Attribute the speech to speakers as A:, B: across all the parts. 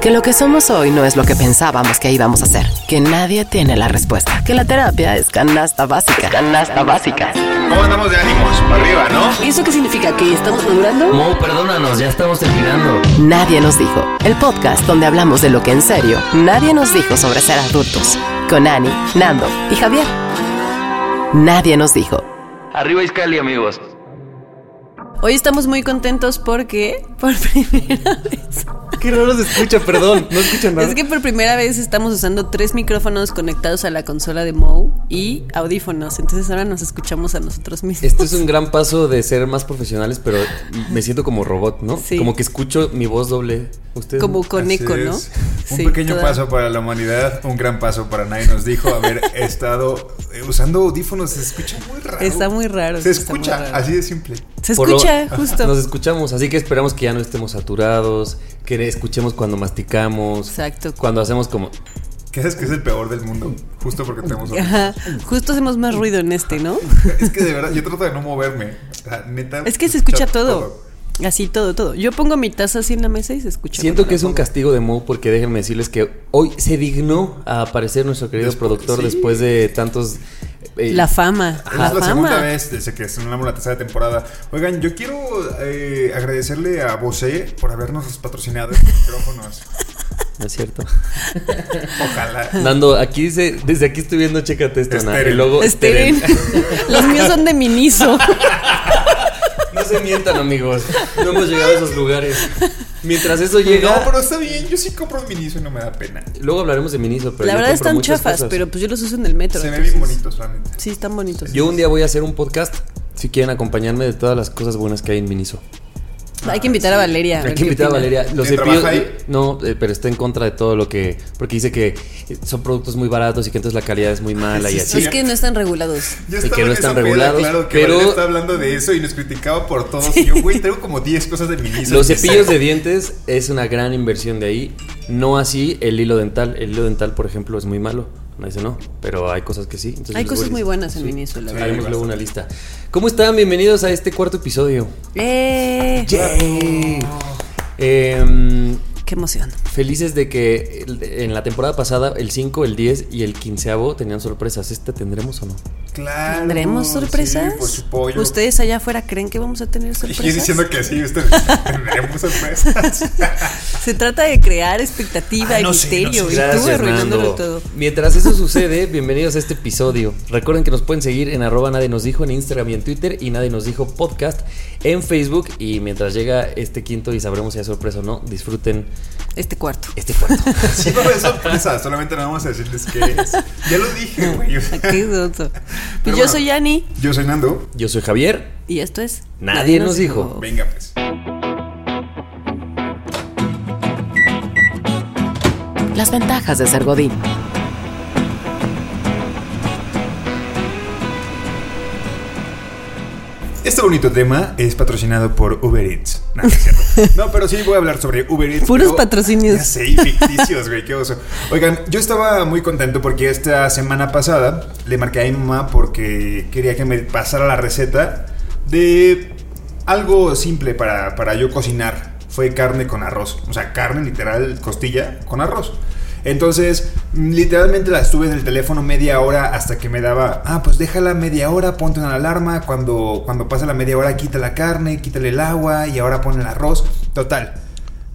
A: Que lo que somos hoy no es lo que pensábamos que íbamos a ser. Que nadie tiene la respuesta. Que la terapia es canasta básica. Canasta básica.
B: ¿Cómo andamos de ánimos? Para arriba, ¿no?
A: ¿Y eso qué significa? ¿Que estamos madurando?
C: Mo, perdónanos, ya estamos terminando.
A: Nadie nos dijo. El podcast donde hablamos de lo que en serio nadie nos dijo sobre ser adultos. Con Ani, Nando y Javier. Nadie nos dijo.
C: Arriba Iscali, amigos.
D: Hoy estamos muy contentos porque por primera vez.
E: Qué raro se escucha, perdón, no escucha nada.
D: Es que por primera vez estamos usando tres micrófonos conectados a la consola de Moe y audífonos. Entonces ahora nos escuchamos a nosotros mismos.
E: Este es un gran paso de ser más profesionales, pero me siento como robot, ¿no?
D: Sí.
E: Como que escucho mi voz doble. Ustedes
D: Como con
B: Así
D: eco, ¿no?
B: es. Un
D: Sí,
B: pequeño
D: toda-
B: paso para la humanidad, un gran paso para nadie. Nos dijo haber estado eh, usando audífonos. Se escucha muy raro.
D: Está muy raro.
B: Se
D: está muy
B: escucha,
D: raro.
B: así de simple.
D: Se
E: Por lo-
D: escucha, justo.
E: Nos escuchamos, así que esperamos que ya no estemos saturados, que escuchemos cuando masticamos.
D: Exacto.
E: Cuando hacemos como.
B: ¿Qué es que es el peor del mundo? Justo porque tenemos audífonos.
D: Ajá. Justo hacemos más ruido en este, ¿no?
B: Es que de verdad, yo trato de no moverme. O sea, neta.
D: Es que se escucha todo. Así todo, todo. Yo pongo mi taza así en la mesa y se escucha.
E: Siento
D: cuando
E: que
D: la
E: es un
D: pongo.
E: castigo de Mo porque déjenme decirles que hoy se dignó a aparecer nuestro querido productor después de tantos. eh,
D: La fama.
B: Es
D: la,
B: la
D: fama.
B: segunda vez desde que estrenamos la tercera temporada. Oigan, yo quiero eh, agradecerle a Bosé por habernos patrocinado estos micrófonos.
E: No es cierto.
B: Ojalá.
E: Dando, aquí dice, desde aquí estoy viendo, chécate esto, Ana.
B: Estéril.
E: El logo
D: Estéril.
E: estéril.
D: Los míos son de Miniso.
E: No se mientan, amigos. No hemos llegado a esos lugares. Mientras eso llega.
B: No, pero está bien. Yo sí compro un miniso y no me da pena.
E: Luego hablaremos de Miniso, pero
D: La
E: yo
D: verdad
E: compro
D: están
E: muchas
D: chafas,
E: cosas.
D: pero pues yo los uso en el metro.
B: Se ven
D: entonces-
B: bien bonitos, la neta.
D: Sí, están bonitos.
E: Yo un día voy a hacer un podcast. Si quieren acompañarme de todas las cosas buenas que hay en Miniso.
D: Hay que invitar a Valeria. a
E: Hay
D: ver
E: que
D: qué
E: invitar a
D: opina.
E: Valeria. Los
B: ¿Que
E: cepillos.
B: trabaja ahí?
E: No, eh, pero está en contra de todo lo que. Porque dice que eh, son productos muy baratos y que entonces la calidad es muy mala y así.
D: Es que no están regulados.
B: Yo
E: Y
B: estaba
E: que no
B: en
E: están
B: esa peda,
E: regulados,
B: Claro que
E: pero-
B: Valeria está hablando de eso y nos criticaba por todos. Y yo, güey, traigo como 10 cosas de miniso.
E: Los e- cepillos de dientes es una gran inversión de ahí. No así el hilo dental. El hilo dental, por ejemplo, es muy malo. No dice no, pero hay cosas que sí. Entonces
D: Hay
E: los
D: cosas muy
E: buenos.
D: buenas en Miniso, la verdad.
E: Haremos luego una lista. ¿Cómo están? Bienvenidos a este cuarto episodio.
D: ¡Eh!
E: Em,
D: ¡Qué emoción!
E: felices de que el- en la temporada pasada el 5, el 10 y el 15 tenían sorpresas. ¿Esta tendremos o no?
B: Claro.
D: ¿Tendremos sorpresas?
B: Sí, por su pollo.
D: ¿Ustedes allá afuera creen que vamos a tener
B: Y
D: sorpresas?
B: yo diciendo que sí, ustedes tendremos sorpresas.
D: Se trata de crear expectativa
B: Ah,
D: y
B: no sé,
D: misterio.
B: no sé.
D: y tú arruinándolo
E: Nando.
D: todo.
E: Mientras eso sucede, bienvenidos a este episodio. Recuerden que nos pueden seguir en arroba nadie nos dijo en Instagram y en Twitter y nadie nos dijo podcast en Facebook. Y mientras llega este quinto y sabremos si hay sorpresa o no, disfruten
D: Este cuarto.
E: este cuarto.
B: Sí, no es sorpresa. Solamente no vamos a decirles qué es. Ya lo dije, güey. o sea.
D: Ah, ¡Qué doto! Pues yo
B: Pero bueno.
D: soy Ani
B: Yo soy Nando.
E: Yo soy Javier.
D: y esto es.
E: Nadie nos dijo.
B: Venga, pues.
A: Las ventajas de ser Godín.
B: Este bonito tema es patrocinado por Uber Eats. No, no, es cierto. No, pero sí voy a hablar sobre Uber Eats.
D: Puros
B: pero-
D: patrocinios.
B: Ya sé, y ficticios, güey, qué oso. Oigan, yo estaba muy contento porque esta semana pasada le marqué a mi mamá porque quería que me pasara la receta de algo simple para, para yo cocinar. Fue carne con arroz. O sea, carne literal, costilla con arroz. Entonces, literalmente la estuve en el teléfono media hora hasta que me daba, ah, pues déjala media hora, ponte una alarma, cuando, cuando pasa la media hora quita la carne, quítale el agua y ahora pon el arroz. Total,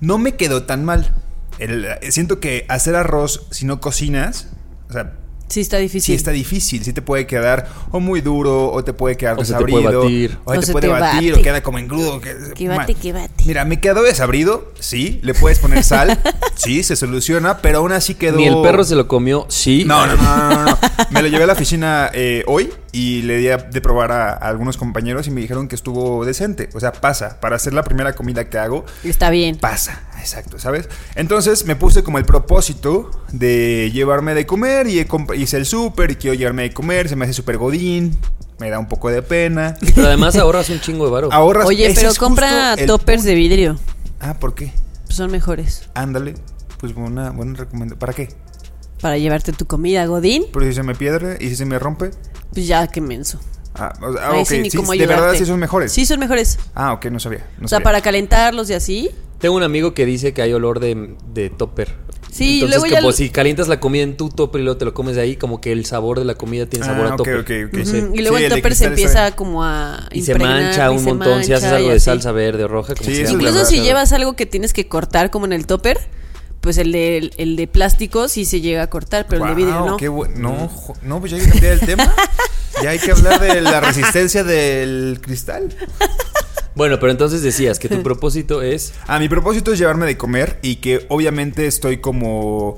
B: no eh, me quedó tan mal. El- siento que hacer arroz si no cocinas, o sea,
D: Sí, está difícil.
B: Sí, está difícil. Sí te puede quedar o muy duro, o te puede quedar
E: O se te
B: desabrido.
E: puede batir.
B: O, se te puede batir, o queda como engrudo. Que,
D: Que
B: mal.
D: bate, que bate.
B: Mira, me quedó desabrido, sí. Le puedes poner sal, sí, se soluciona, pero aún así quedó...
E: Ni el perro se lo comió, sí.
B: No, no, no, no, no, no. Me lo llevé a la oficina eh, hoy y le di a- de probar a, a algunos compañeros y me dijeron que estuvo decente. O sea, pasa. Para hacer la primera comida que hago,
D: Está bien.
B: pasa. Exacto, ¿sabes? Entonces me puse como el propósito de llevarme de comer y he comp- hice el súper y quiero llevarme de comer. Se me hace súper godín. Me da un poco de pena.
E: Pero además ahorras un chingo de varo.
B: Ahorras
D: Oye,
B: ese
D: pero
B: es
D: compra
B: justo el
D: toppers de vidrio.
B: punto. Ah, ¿por qué?
D: Pues son mejores.
B: Ándale. Pues buena, buena recomendación. ¿Para qué?
D: Para llevarte tu comida, Godín.
B: Pero si se me pierde y si se me rompe.
D: Pues ya, qué menso.
B: Ah, o sea, ah,
D: Ahí
B: ok.
D: sí ni
B: Sí,
D: cómo
B: de verdad
D: ayudarte.
B: sí son mejores.
D: Sí, son mejores.
B: Ah, ok, no sabía. no
D: o sea,
B: sabía.
D: para calentarlos y así.
E: Tengo un amigo que dice que hay olor de, de topper.
D: Sí,
E: Entonces,
D: luego ya
E: como
D: lo-
E: si calientas la comida en tu topper y luego te lo comes de ahí, como que el sabor de la comida tiene sabor
B: Ah,
E: a
B: ok,
E: topper.
B: ok, ok.
E: No
B: Ujú,
E: sé.
D: Y luego
B: Sí,
D: el
B: el de
D: topper se
B: cristal está
D: empieza
B: bien.
D: como a
E: Y se
D: impregnar,
E: mancha
D: y
E: un
D: se
E: montón. si haces
D: mancha
E: algo
D: y
E: de
D: así.
E: salsa verde o roja, como
B: Sí,
E: que
B: eso
E: se
B: es
E: llama.
D: Incluso
B: verdad,
D: si
B: es verdad.
D: llevas algo que tienes que cortar como en el topper, pues el de, el de plástico sí se llega a cortar, pero el de vidrio
B: Guau,
D: no. Mm.
B: qué bu- no, jo- no, pues ya hay que cambiar el tema. ya hay que hablar de la resistencia del cristal.
E: Bueno, pero entonces decías que tu propósito es.
B: A mi propósito es llevarme de comer y que obviamente estoy como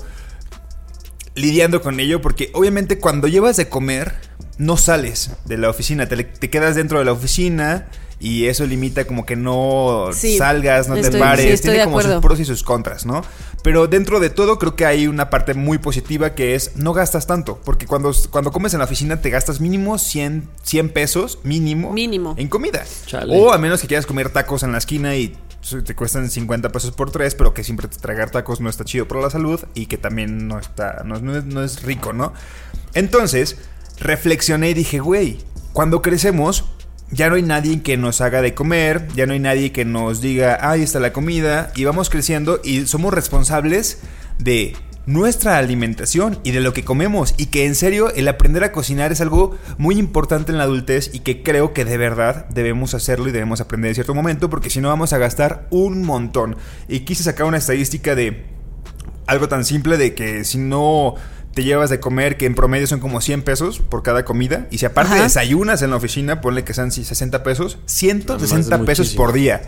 B: lidiando con ello porque obviamente cuando llevas de comer no sales de la oficina, te, le- te quedas dentro de la oficina y eso limita como que no
D: Sí,
B: salgas, no te
D: estoy-
B: pares,
D: sí, estoy
B: tiene
D: de
B: como sus
D: acuerdo.
B: pros y sus contras, ¿no? Pero dentro de todo creo que hay una parte muy positiva que es no gastas tanto, porque cuando, cuando comes en la oficina te gastas mínimo 100, 100 pesos, mínimo,
D: Mínimo.
B: en comida.
E: Chale.
B: O a menos que quieras comer tacos en la esquina y su- te cuestan 50 pesos por tres, pero que siempre tragar tacos no está chido para la salud y que también no está no, es- no es- no es rico, ¿no? Entonces, reflexioné y dije, güey, cuando crecemos ya no hay nadie que nos haga de comer, ya no hay nadie que nos diga, ahí está la comida, y vamos creciendo y somos responsables de nuestra alimentación y de lo que comemos y que en serio el aprender a cocinar es algo muy importante en la adultez y que creo que de verdad debemos hacerlo y debemos aprender en cierto momento porque si no vamos a gastar un montón y quise sacar una estadística de algo tan simple de que si no te llevas de comer que en promedio son como 100 pesos por cada comida y si aparte
D: Ajá.
B: desayunas en la oficina ponle que sean 60 pesos 160
E: Nada más, es
B: pesos
E: muchísimo.
B: por día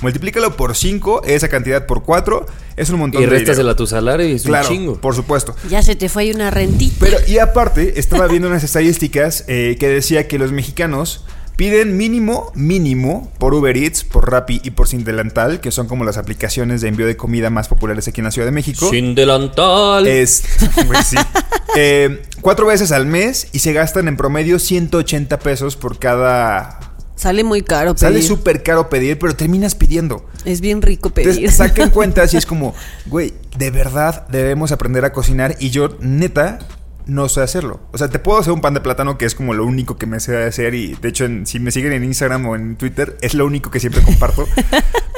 B: multiplícalo por 5 esa cantidad por 4 es un montón
E: Y
B: de dinero.
E: restasela a tu salario y es
B: Claro,
E: un chingo.
B: por supuesto.
D: Ya se te fue ahí una rentita.
B: Pero, y aparte, estaba viendo unas estadísticas eh, que decía que los mexicanos piden mínimo, mínimo, por Uber Eats, por Rappi y por Sin Delantal, que son como las aplicaciones de envío de comida más populares aquí en la Ciudad de México.
E: Sin delantal.
B: Es, güey, sí. Eh, cuatro veces al mes y se gastan en promedio 180 pesos por cada...
D: Sale muy caro
B: Sale
D: pedir.
B: súper caro pedir, pero terminas pidiendo.
D: Es bien rico pedir.
B: Entonces, saquen cuentas y es como, güey, de verdad debemos aprender a cocinar y yo, neta, no sé hacerlo. O sea, te puedo hacer un pan de plátano que es como lo único que me sé hacer y de hecho, en- si me siguen en Instagram o en Twitter, es lo único que siempre comparto.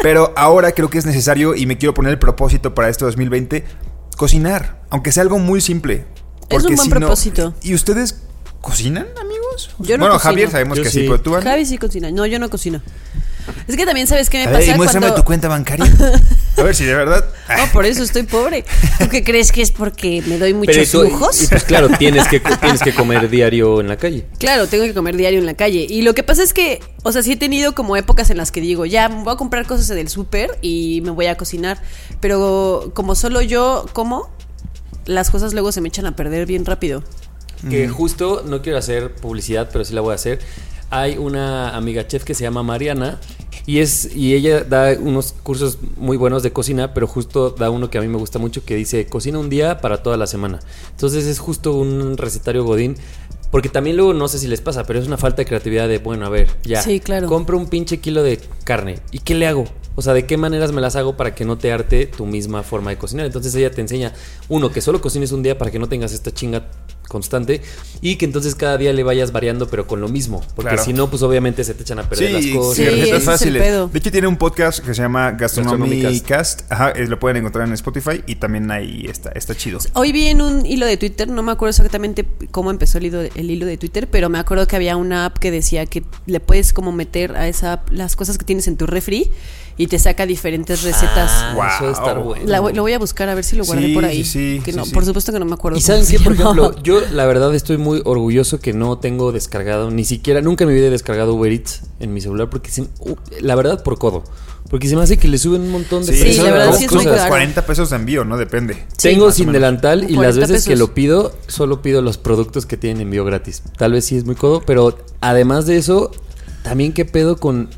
B: Pero ahora creo que es necesario y me quiero poner el propósito para este 2020, cocinar, aunque sea algo muy simple.
D: Es un
B: Porque
D: buen
B: no-
D: propósito.
B: ¿Y ustedes cocinan, amigos?
D: Yo no
B: bueno,
D: cocino.
B: Javier sabemos
E: Yo
B: que
E: sí.
B: sí, pero tú, Ana?
D: Javi sí cocina. No, yo no cocino. Es que también sabes qué me
B: A
D: pasa
B: ver, y muéstrame
D: cuando...
B: tu cuenta bancaria. A ver si de verdad...
D: No, por eso estoy pobre. ¿Tú qué crees que es porque me doy
E: Pero
D: muchos
E: y tú-
D: lujos?
E: y pues claro, tienes que, tienes que comer diario en la calle.
D: Claro, tengo que comer diario en la calle. Y lo que pasa es que, o sea, sí he tenido como épocas en las que digo, ya me voy a comprar cosas en el súper y me voy a cocinar. Pero como solo yo como, las cosas luego se me echan a perder bien rápido.
E: Que justo, no quiero hacer publicidad, pero sí la voy a hacer. Hay una amiga chef que se llama Mariana y, es, y ella da unos cursos muy buenos de cocina, pero justo da uno que a mí me gusta mucho que dice cocina un día para toda la semana. Entonces es justo un recetario godín. Porque también luego no sé si les pasa, pero es una falta de creatividad de, bueno, a ver, ya.
D: Sí, claro.
E: Compro un pinche kilo de carne. ¿Y qué le hago? O sea, ¿de qué maneras me las hago para que no te arte tu misma forma de cocinar? Entonces ella te enseña, uno, que solo cocines un día para que no tengas esta chinga constante y que entonces cada día le vayas variando pero con lo mismo porque
B: Claro.
E: si no pues obviamente se te echan a perder las cosas
D: sí,
B: recetas
D: ese es el
B: fáciles.
D: pedo.
B: De hecho, tiene un podcast que se llama Gastronomy
E: Gastronomicast.
B: Cast. Ajá, eh, lo pueden encontrar en Spotify y también ahí está, está chido.
D: Hoy vi en un hilo de Twitter, no me acuerdo exactamente cómo empezó el hilo, el hilo de Twitter, pero me acuerdo que había una app que decía que le puedes como meter a esa app las cosas que tienes en tu refri y te saca diferentes recetas.
E: Ah,
B: Wow.
E: Eso debe estar bueno.
D: La voy- lo voy a buscar a ver si lo guardé
B: Sí,
D: por
B: sí,
D: ahí.
B: sí,
D: que
B: sí,
D: no,
B: sí.
D: Por supuesto que no me acuerdo.
E: Y
D: cómo
E: saben
D: se
E: qué, por
D: llamaba.
E: ejemplo, yo la verdad estoy muy orgulloso que no tengo descargado, ni siquiera, nunca en mi vida he descargado Uber Eats en mi celular, porque se- uh, la verdad por codo, porque se me hace que le suben un montón de
D: Sí,
E: precios
D: la
E: a
D: verdad
E: las
D: sí es muy
E: cosas.
B: Unos
D: caro.
B: 40 pesos de envío, ¿no? Depende.
D: Sí,
E: Tengo
D: más o
E: sin
B: menos.
E: delantal y
D: 40
E: las veces que
D: pesos.
E: lo pido, solo pido los productos que tienen envío gratis. Tal vez sí es muy codo, pero además de eso, también qué pedo con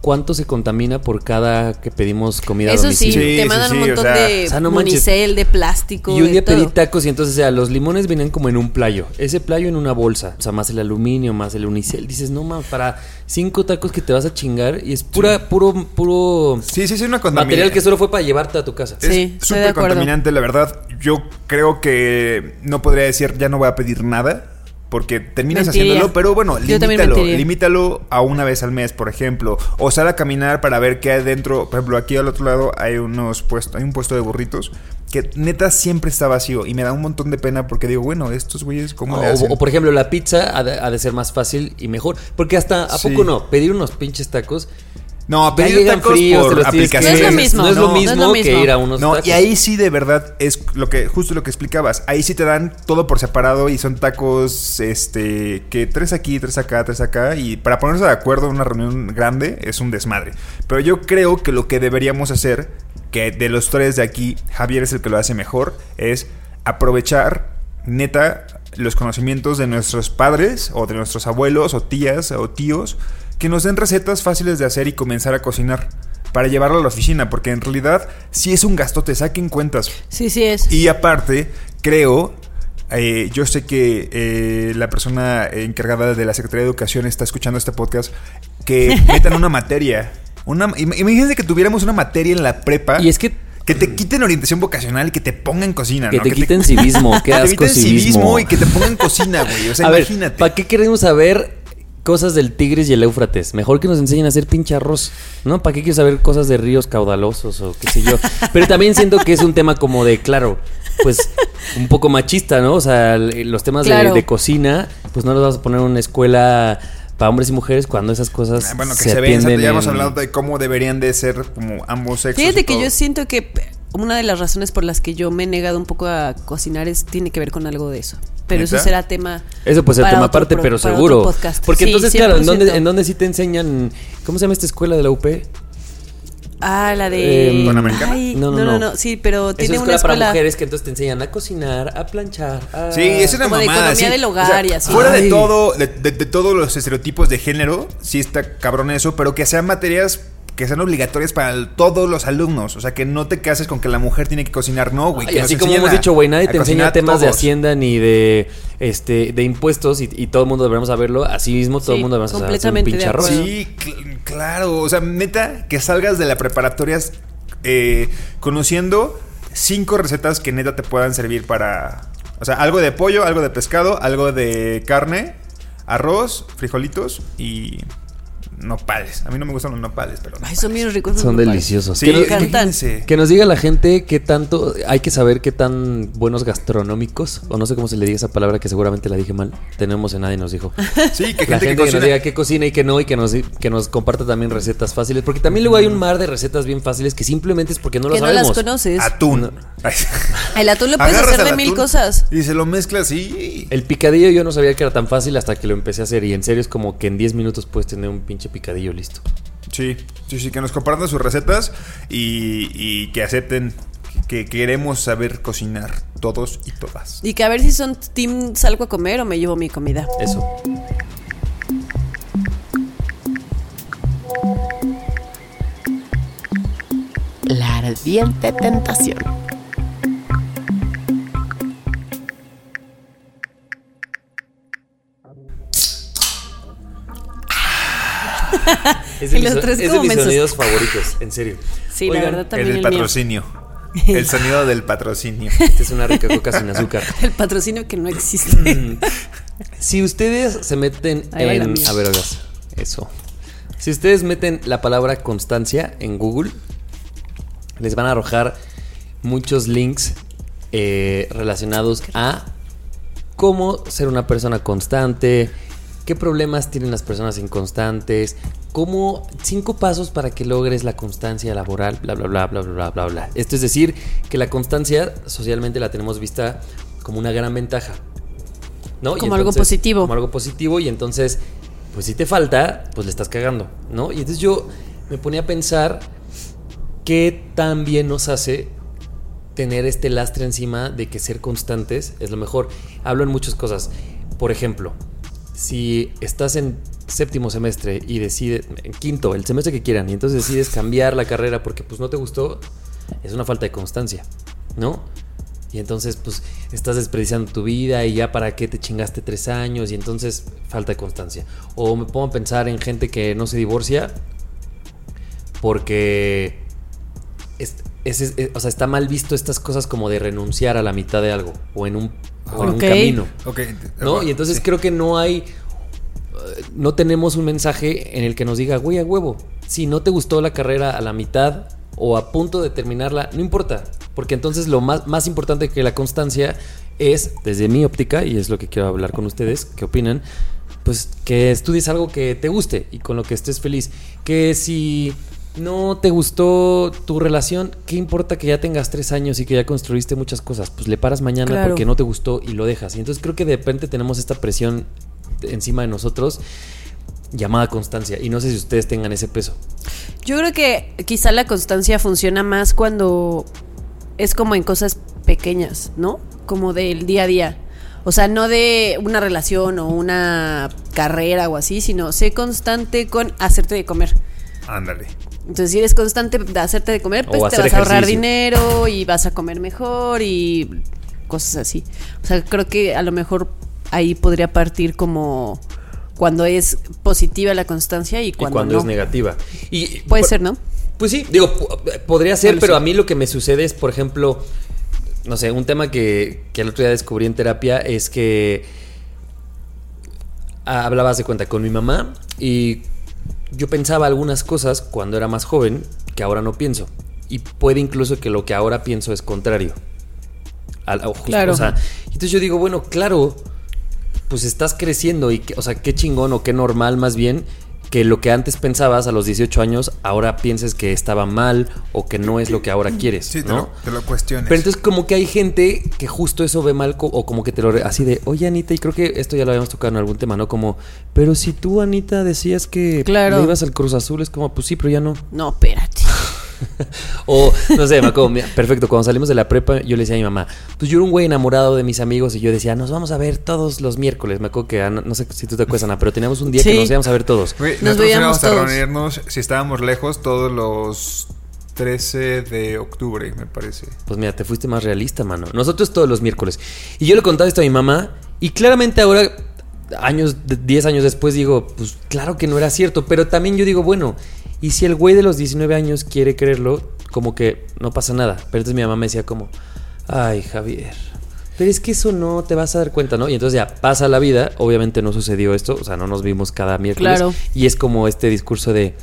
E: cuánto se contamina por cada que pedimos comida a
D: Eso sí,
E: domicilio.
B: Sí,
D: te
B: sí,
D: mandan un
B: sí, o
D: montón
B: sea,
D: de
E: o sea, no manches.
D: monicel, de plástico.
E: Y un
D: de
E: día pedí
D: todo.
E: tacos y entonces, o sea, los limones venían como en un playo. Ese playo en una bolsa. O sea, más el aluminio, más el unicel. Dices, no mames, para cinco tacos que te vas a chingar y es pura, puro, puro
B: Sí, pues, sí, sí, una
E: material
B: contaminación.
E: que solo fue para llevarte a tu casa.
D: Sí, estoy de
B: es súper
D: acuerdo.
B: contaminante, la verdad. Yo creo que no podría decir ya no voy a pedir nada. Porque terminas
D: Mentiría.
B: haciéndolo, pero bueno,
D: Yo también
B: limítalo.
D: mentiría.
B: Limítalo a una vez al mes, por ejemplo. O sal a caminar para ver qué hay adentro. Por ejemplo, aquí al otro lado hay unos puestos, hay un puesto de burritos que neta siempre está vacío. Y me da un montón de pena porque digo, bueno, estos güeyes, ¿cómo le hacen?
E: O, o, por ejemplo, la pizza ha de, ha de ser más fácil y mejor. Porque hasta, ¿a
B: Sí.
E: poco no? Pedir unos pinches tacos.
B: no,
E: ya
B: pedir
E: llegan
B: tacos
E: fríos, te
B: por
E: los tienes que-
B: aplicaciones.
D: No
E: No es
D: es lo mismo.
E: lo
D: No, no
E: mismo,
D: es lo
E: que
D: mismo.
E: ir a unos
B: No,
E: tacos.
B: y ahí sí de verdad es lo que justo lo que explicabas. Ahí sí te dan todo por separado y son tacos este que tres aquí, tres acá, tres acá y para ponerse de acuerdo en una reunión grande es un desmadre. Pero yo creo que lo que deberíamos hacer, que de los tres de aquí Javier es el que lo hace mejor, es aprovechar neta los conocimientos de nuestros padres o de nuestros abuelos o tías o tíos que nos den recetas fáciles de hacer y comenzar a cocinar para llevarlo a la oficina, porque en realidad sí es un gastote, saquen cuentas.
D: Sí, sí es.
B: Y aparte, creo, eh, yo sé que eh, la persona encargada de la Secretaría de Educación está escuchando este podcast, que metan una materia. Una, im- imagínense que tuviéramos una materia en la prepa.
E: Y es que-
B: Que te quiten orientación vocacional y que te pongan cocina.
E: Que
B: ¿no?
E: te quiten civismo,
B: que
E: qué
B: te
E: asco
B: quiten
E: civismo.
B: y que te pongan cocina, güey. O sea,
E: a ver,
B: imagínate.
E: ¿para qué queremos saber cosas del Tigres y el Éufrates? Mejor que nos enseñen a hacer pinche arroz, ¿no? ¿Para qué quiero saber cosas de ríos caudalosos o qué sé yo? Pero también siento que es un tema como de, claro, pues un poco machista, ¿no? O sea, el- los temas de-
D: Claro.
E: de, cocina, pues no los vamos a poner en una escuela para hombres y mujeres cuando esas cosas
B: Ah, Bueno, que
E: se,
B: se, ven,
E: atienden
B: ya hemos
E: en-
B: hablado de cómo deberían de ser como ambos sexos. y
D: Fíjate que
B: todo.
D: yo siento que p- una de las razones por las que yo me he negado un poco a cocinar es tiene que ver con algo de eso. Pero eso
B: ¿Neta?
D: será tema.
E: Eso puede ser
D: para
E: tema
D: otro
E: aparte,
D: pro-
E: pero
D: para
E: seguro.
D: otro podcast.
E: Porque
D: Sí,
E: entonces, claro, ¿en dónde,
D: 100%.
E: ¿en dónde sí te enseñan? ¿Cómo se llama esta escuela de la UP?
D: Ah, la de.
E: Eh,
B: ¿Panamericana?
D: Ay, no, no, no, Sí, pero
E: Es
D: tiene
E: una
D: una
E: escuela para
D: escuela.
E: mujeres que entonces te enseñan a cocinar, a planchar. a-
B: Sí, es una
D: como de
B: mamada,
D: economía
B: sí.
D: del hogar y así.
B: Fuera
E: Ay.
B: de todo, de, de- de todos los estereotipos de género, sí está cabrón eso, pero que sean materias que sean obligatorias para el- todos los alumnos. O sea, que no te cases con que la mujer tiene que cocinar, no, güey.
E: Ay,
B: que nos
E: así como
B: enseñen
E: hemos
B: a-
E: dicho, güey, nadie
B: a
E: te enseña
B: cocinar
E: temas de
B: todos.
E: hacienda ni de este de impuestos y, y todo el mundo deberíamos saberlo. Así mismo todo el
D: Sí,
E: mundo deberíamos saber hacer un
D: completamente de
E: pinche arroz.
D: acuerdo.
B: Sí, cl- claro. O sea, neta, que salgas de la preparatoria eh, conociendo cinco recetas que neta te puedan servir para. O sea, algo de pollo, algo de pescado, algo de carne, arroz, frijolitos y nopales. A mí no me gustan los nopales, pero.
D: Ay, son bien ricos.
E: Son
D: los nopales.
E: deliciosos.
B: Sí,
E: que, nos,
D: encantan.
B: imagínense.
E: que nos diga la gente qué tanto hay que saber qué tan buenos gastronómicos o no sé cómo se le diga esa palabra que seguramente la dije mal. Tenemos en nadie nos dijo.
B: Sí, que gente que
E: la gente que, nos
B: cocina.
E: diga qué cocina y qué no y que nos, que nos comparta también recetas fáciles. Porque también luego hay un mar de recetas bien fáciles que simplemente es porque no
D: que
E: las
D: no
E: sabemos.
D: las conoces.
B: Atún. Ay.
D: El atún lo puedes
B: Agarras
D: hacer
B: al
D: de mil
B: atún
D: cosas.
B: Y se lo mezclas y.
E: El picadillo yo no sabía que era tan fácil hasta que lo empecé a hacer y en serio es como que en 10 minutos puedes tener un pinche picadillo listo.
B: Sí, sí, sí, que nos compartan sus recetas y, y que acepten que queremos saber cocinar todos y todas.
D: Y que a ver si son team salgo a comer o me llevo mi comida.
E: Eso.
A: La ardiente tentación.
E: Es
D: Y los
E: mis-
D: tres
E: es
D: como
E: mis
D: mensos.
E: sonidos favoritos, en serio.
D: Sí, la verdad
B: El
D: también
B: del
D: el, mío.
B: patrocinio. El sonido del patrocinio.
E: Esta es una rica coca sin azúcar.
D: El patrocinio que no existe.
E: Si ustedes se meten
D: Ahí va la
E: en.
D: mía.
E: A ver, oigas, Eso. Si ustedes meten la palabra constancia en Google, les van a arrojar muchos links eh, relacionados a cómo ser una persona constante, ¿Qué problemas tienen las personas inconstantes? ¿Cómo cinco pasos para que logres la constancia laboral? Bla, bla, bla, bla, bla, bla, bla, bla. Esto es decir, que la constancia socialmente la tenemos vista como una gran ventaja. ¿no? Y
D: Como algo positivo.
E: Como algo positivo y entonces, pues si te falta, pues le estás cagando, ¿no? Y entonces yo me ponía a pensar qué tan bien nos hace tener este lastre encima de que ser constantes es lo mejor. Hablo en muchas cosas. Por ejemplo, si estás en séptimo semestre y decides, en quinto, el semestre que quieran, y entonces decides cambiar la carrera porque pues no te gustó, es una falta de constancia, ¿no? Y entonces pues estás desperdiciando tu vida y ya para qué te chingaste tres años y entonces falta de constancia. O me pongo a pensar en gente que no se divorcia porque es, es- es- es- o sea, está mal visto estas cosas como de renunciar a la mitad de algo o en un, o en un
D: Ok.
E: camino.
B: Ok.
E: ¿no? Y entonces creo que no hay. eh, No tenemos un mensaje en el que nos diga, güey, a huevo. Si no te gustó la carrera a la mitad o a punto de terminarla, no importa. Porque entonces lo más, más importante que la constancia es, desde mi óptica, y es lo que quiero hablar con ustedes, que opinan, pues que estudies algo que te guste y con lo que estés feliz. Que si no te gustó tu relación, ¿qué importa que ya tengas tres años y que ya construiste muchas cosas? Pues le paras mañana
D: Claro.
E: porque no te gustó y lo dejas. Y entonces creo que de repente tenemos esta presión encima de nosotros llamada constancia. Y no sé si ustedes tengan ese peso.
D: Yo creo que quizá la constancia funciona más cuando es como en cosas pequeñas, ¿no? Como del día a día. O sea, no de una relación o una carrera o así, sino sé constante con hacerte de comer.
B: Ándale.
D: Entonces, si eres constante de hacerte de comer,
E: O
D: pues te vas
E: hacer
D: a ahorrar
E: ejercicio.
D: dinero y vas a comer mejor y cosas así. O sea, creo que a lo mejor ahí podría partir como cuando es positiva la constancia y cuando,
E: y cuando
D: no.
E: es negativa. Y,
D: Puede
E: por-
D: ser, ¿no?
E: Pues sí, digo, po- podría ser,
D: Bueno,
E: pero
D: sí.
E: a mí lo que me sucede es, por ejemplo, no sé, un tema que, que el otro día descubrí en terapia es que ah, hablabas de cuenta con mi mamá y yo pensaba algunas cosas cuando era más joven que ahora no pienso. Y puede incluso que lo que ahora pienso es contrario. Al- o justo,
D: Claro.
E: o sea, entonces yo digo, bueno, claro, pues estás creciendo y, que- o sea, qué chingón o qué normal más bien que lo que antes pensabas a los 18 años ahora pienses que estaba mal o que no es lo que ahora quieres,
B: Sí, te,
E: ¿no?
B: lo, te lo cuestiones.
E: Pero entonces como que hay gente que justo eso ve mal co- o como que te lo... re- Así de, oye Anita, y creo que esto ya lo habíamos tocado en algún tema, ¿no? Como, pero si tú Anita decías que
D: Claro.
E: le ibas al Cruz Azul, es como, pues sí, pero ya no.
D: No, espérate.
E: O, no sé, me acuerdo, mira, perfecto, cuando salimos de la prepa, yo le decía a mi mamá, pues yo era un güey enamorado de mis amigos y yo decía, nos vamos a ver todos los miércoles. Me acuerdo que, Ana- no sé si tú te acuerdas, Ana, pero teníamos un día
D: Sí.
E: que nos íbamos a ver todos.
B: Güey,
D: Nos
B: nosotros
D: veíamos
B: íbamos a
D: todos.
B: reunirnos, si estábamos lejos, todos los 13 de octubre, me parece.
E: Pues mira, te fuiste más realista, mano. Nosotros todos los miércoles. Y yo le contaba esto a mi mamá y claramente ahora, años, de- 10 años después, digo, pues claro que no era cierto, pero también yo digo, bueno, y si el güey de los 19 años quiere creerlo, como que no pasa nada. Pero entonces mi mamá me decía como, ay Javier. Pero es que eso no te vas a dar cuenta, ¿no? Y entonces ya pasa la vida, obviamente no sucedió esto, o sea, no nos vimos cada miércoles.
D: Claro.
E: Y es como este discurso de,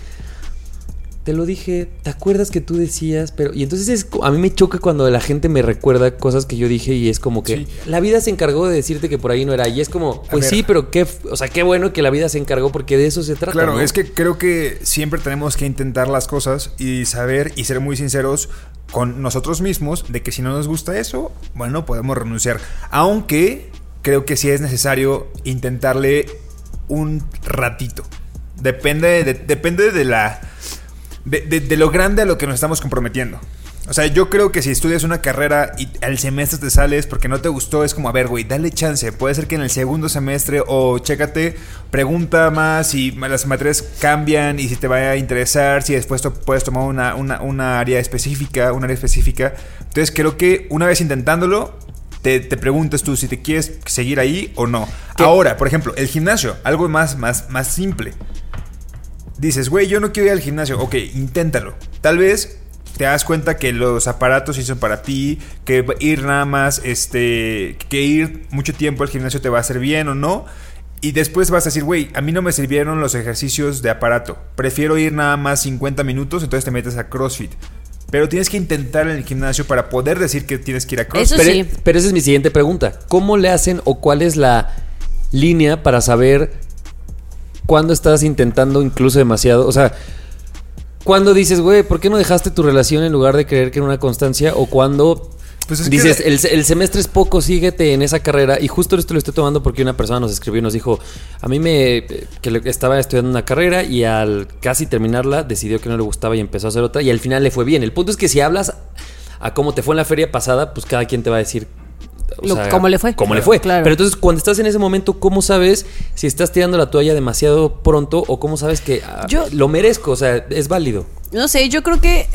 E: te lo dije, ¿te acuerdas que tú decías? Pero. Y entonces es, co- a mí me choca cuando la gente me recuerda cosas que yo dije y es como que.
B: Sí.
E: La vida se encargó de decirte que por ahí no era. Y es como, pues
B: ver.
E: sí, pero qué. f- O sea, qué bueno que la vida se encargó porque de eso se trata.
B: Claro,
E: ¿no?
B: es que creo que siempre tenemos que intentar las cosas y saber y ser muy sinceros con nosotros mismos de que si no nos gusta eso, bueno, podemos renunciar. Aunque creo que sí es necesario intentarle un ratito. Depende de, depende de la de, de- de lo grande a lo que nos estamos comprometiendo. O sea, yo creo que si estudias una carrera y al semestre te sales porque no te gustó, es como, a ver, güey, dale chance. Puede ser que en el segundo semestre o chécate, pregunta más si las materias cambian y si te vaya a interesar, si después to- puedes tomar una, una- una área específica, un área específica. Entonces creo que una vez intentándolo, te, te preguntas tú si te quieres seguir ahí o no. Ahora, por ejemplo, el gimnasio, algo más, más, más simple dices, güey, yo no quiero ir al gimnasio. Ok, inténtalo. Tal vez te das cuenta que los aparatos sí son para ti, que ir nada más, este, que ir mucho tiempo al gimnasio te va a hacer bien o no. Y después vas a decir, güey, a mí no me sirvieron los ejercicios de aparato. Prefiero ir nada más 50 minutos, entonces te metes a CrossFit. Pero tienes que intentar en el gimnasio para poder decir que tienes que ir a CrossFit.
D: Eso
E: Pero,
D: sí.
E: pero esa es mi siguiente pregunta. ¿Cómo le hacen o cuál es la línea para saber cuándo estás intentando incluso demasiado. O sea, cuando dices, güey, ¿por qué no dejaste tu relación en lugar de creer que era una constancia? O cuando
B: Pues es que-
E: dices, el, se- el semestre es poco, síguete en esa carrera. Y justo esto lo estoy tomando porque una persona nos escribió y nos dijo, a mí me que le- estaba estudiando una carrera y al casi terminarla decidió que no le gustaba y empezó a hacer otra y al final le fue bien. El punto es que si hablas a cómo te fue en la feria pasada, pues cada quien te va a decir... o
D: Lo- cómo le fue.
E: Cómo le fue.
D: Claro.
E: Pero entonces, cuando estás en ese momento, ¿cómo sabes si estás tirando la toalla demasiado pronto o cómo sabes que ah,
D: Yo-
E: lo merezco? O sea, es válido.
D: No sé, yo creo que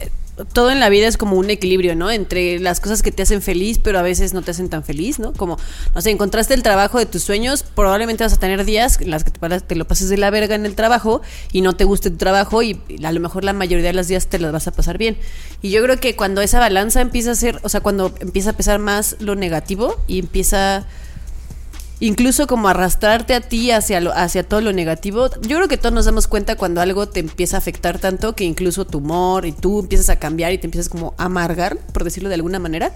D: todo en la vida es como un equilibrio, ¿no? Entre las cosas que te hacen feliz, pero a veces no te hacen tan feliz, ¿no? Como, no sé, encontraste el trabajo de tus sueños, probablemente vas a tener días en las que te, paras- te lo pases de la verga en el trabajo y no te guste tu trabajo y a lo mejor la mayoría de los días te las vas a pasar bien. Y yo creo que cuando esa balanza empieza a ser, o sea, cuando empieza a pesar más lo negativo y empieza incluso como arrastrarte a ti hacia, lo- hacia todo lo negativo. Yo creo que todos nos damos cuenta cuando algo te empieza a afectar tanto que incluso tu humor y tú empiezas a cambiar y te empiezas como a amargar, por decirlo de alguna manera.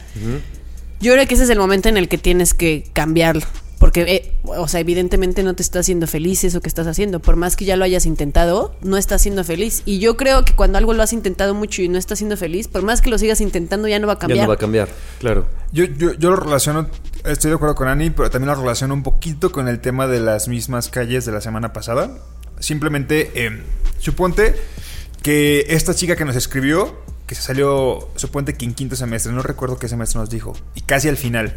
D: Yo creo que ese es el momento en el que tienes que cambiarlo. Porque, eh, o sea, evidentemente no te está haciendo feliz eso que estás haciendo. Por más que ya lo hayas intentado, no estás siendo feliz. Y yo creo que cuando algo lo has intentado mucho y no estás siendo feliz, por más que lo sigas intentando, ya no va a cambiar.
E: Ya no va a cambiar. Claro.
B: Yo, yo, yo lo relaciono, estoy de acuerdo con Ani, pero también lo relaciono un poquito con el tema de las mismas calles de la semana pasada. Simplemente, eh, suponte que esta chica que nos escribió, que se salió, suponte que en quinto semestre, no recuerdo qué semestre nos dijo, y casi al final.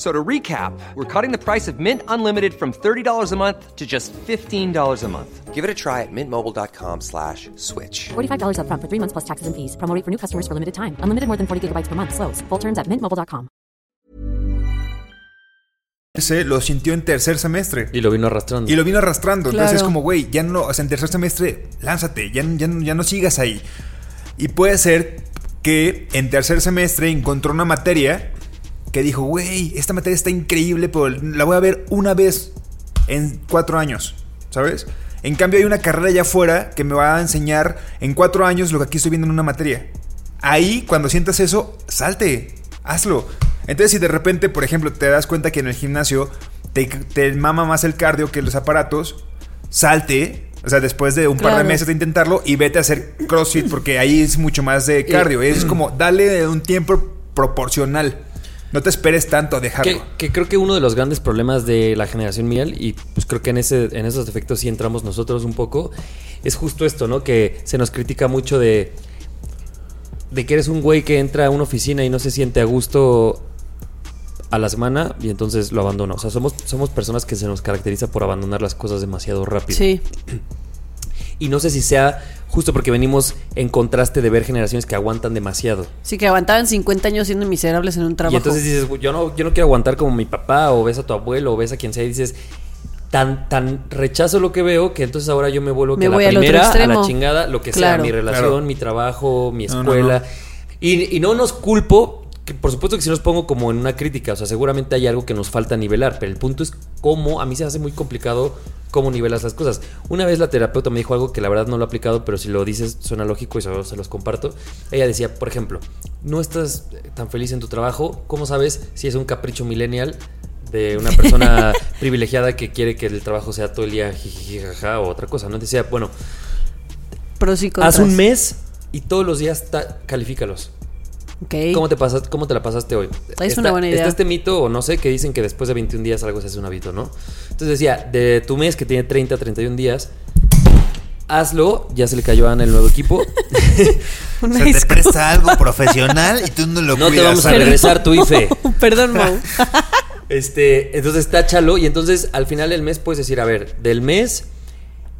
F: So to recap, we're cutting the price of Mint Unlimited from $30 a month to just $15 a month. Give it a try at mintmobile.com slash switch.
G: $45 upfront for three months plus taxes and fees. Promo rate for new customers for limited time. Unlimited more than 40 gigabytes per month. Slows. Full terms at mintmobile.com.
B: se lo sintió en tercer semestre.
E: Y lo vino arrastrando.
B: Y lo vino arrastrando. Entonces
D: Claro.
B: es como, güey, ya no, o sea, en tercer semestre, lánzate, ya, ya, ya no sigas ahí. Y puede ser que en tercer semestre encontró una materia que dijo, güey, esta materia está increíble, pero la voy a ver una vez en cuatro años, ¿sabes? En cambio hay una carrera allá afuera que me va a enseñar en cuatro años lo que aquí estoy viendo en una materia. Ahí, cuando sientas eso, salte, hazlo. Entonces, si de repente, por ejemplo, te das cuenta que en el gimnasio te, te mama más el cardio que los aparatos, salte. O sea, después de un par
D: Claro.
B: de meses de intentarlo y vete a hacer CrossFit porque ahí es mucho más de cardio. Es como, dale un tiempo proporcional. No te esperes tanto a dejarlo.
E: Que, que creo que uno de los grandes problemas de la generación miel, y pues creo que en, ese, en esos efectos sí entramos nosotros un poco, es justo esto, ¿no? Que se nos critica mucho de, de que eres un güey que entra a una oficina y no se siente a gusto a la semana y entonces lo abandona. O sea, somos, somos personas que se nos caracteriza por abandonar las cosas demasiado rápido.
D: Sí.
E: Y no sé si sea justo porque venimos en contraste de ver generaciones que aguantan demasiado.
D: Sí, que aguantaban 50 años siendo miserables en un trabajo.
E: Y entonces dices, "Güey, yo no, yo no quiero aguantar como mi papá, o ves a tu abuelo, o ves a quien sea, y dices, tan, tan rechazo lo que veo que entonces ahora yo me vuelvo
D: Me
E: que a
D: voy
E: la
D: al otro
E: primera, a la
D: extremo.
E: chingada, lo que sea,
D: Claro.
E: mi relación,
B: Claro.
E: mi trabajo, mi
B: No, no,
E: escuela. Y, y no nos culpo, que por supuesto que sí nos pongo como en una crítica, o sea, seguramente hay algo que nos falta nivelar, pero el punto es cómo, a mí se me hace muy complicado cómo nivelas las cosas. Una vez la terapeuta me dijo algo que la verdad no lo he aplicado, pero si lo dices suena lógico y se, se los comparto. Ella decía, por ejemplo, no estás eh, tan feliz en tu trabajo, ¿cómo sabes si es un capricho millennial? De una persona privilegiada que quiere que el trabajo sea todo el día jijiji, jaja, o otra cosa, ¿no? Decía, bueno,
D: Pros y contras.
E: haz un mes y todos los días ta- califícalos.
D: Ok.
E: ¿Cómo te, pasas, ¿Cómo te la pasaste hoy?
D: una buena idea.
E: Está este mito, o no sé, que dicen que después de 21 días algo se hace un hábito, ¿no? Entonces decía, de tu mes que tiene 30, 31 días, hazlo. Ya se le cayó a Ana el nuevo equipo.
D: Una
H: Se te
D: disculpa.
H: presta algo profesional y tú no lo
E: No te
H: cuidas.
E: vamos a
H: ¿sabes?
E: regresar tu E. IFE.
D: Perdón, Mau.
E: Este, entonces táchalo y entonces al final del mes puedes decir, a ver, del mes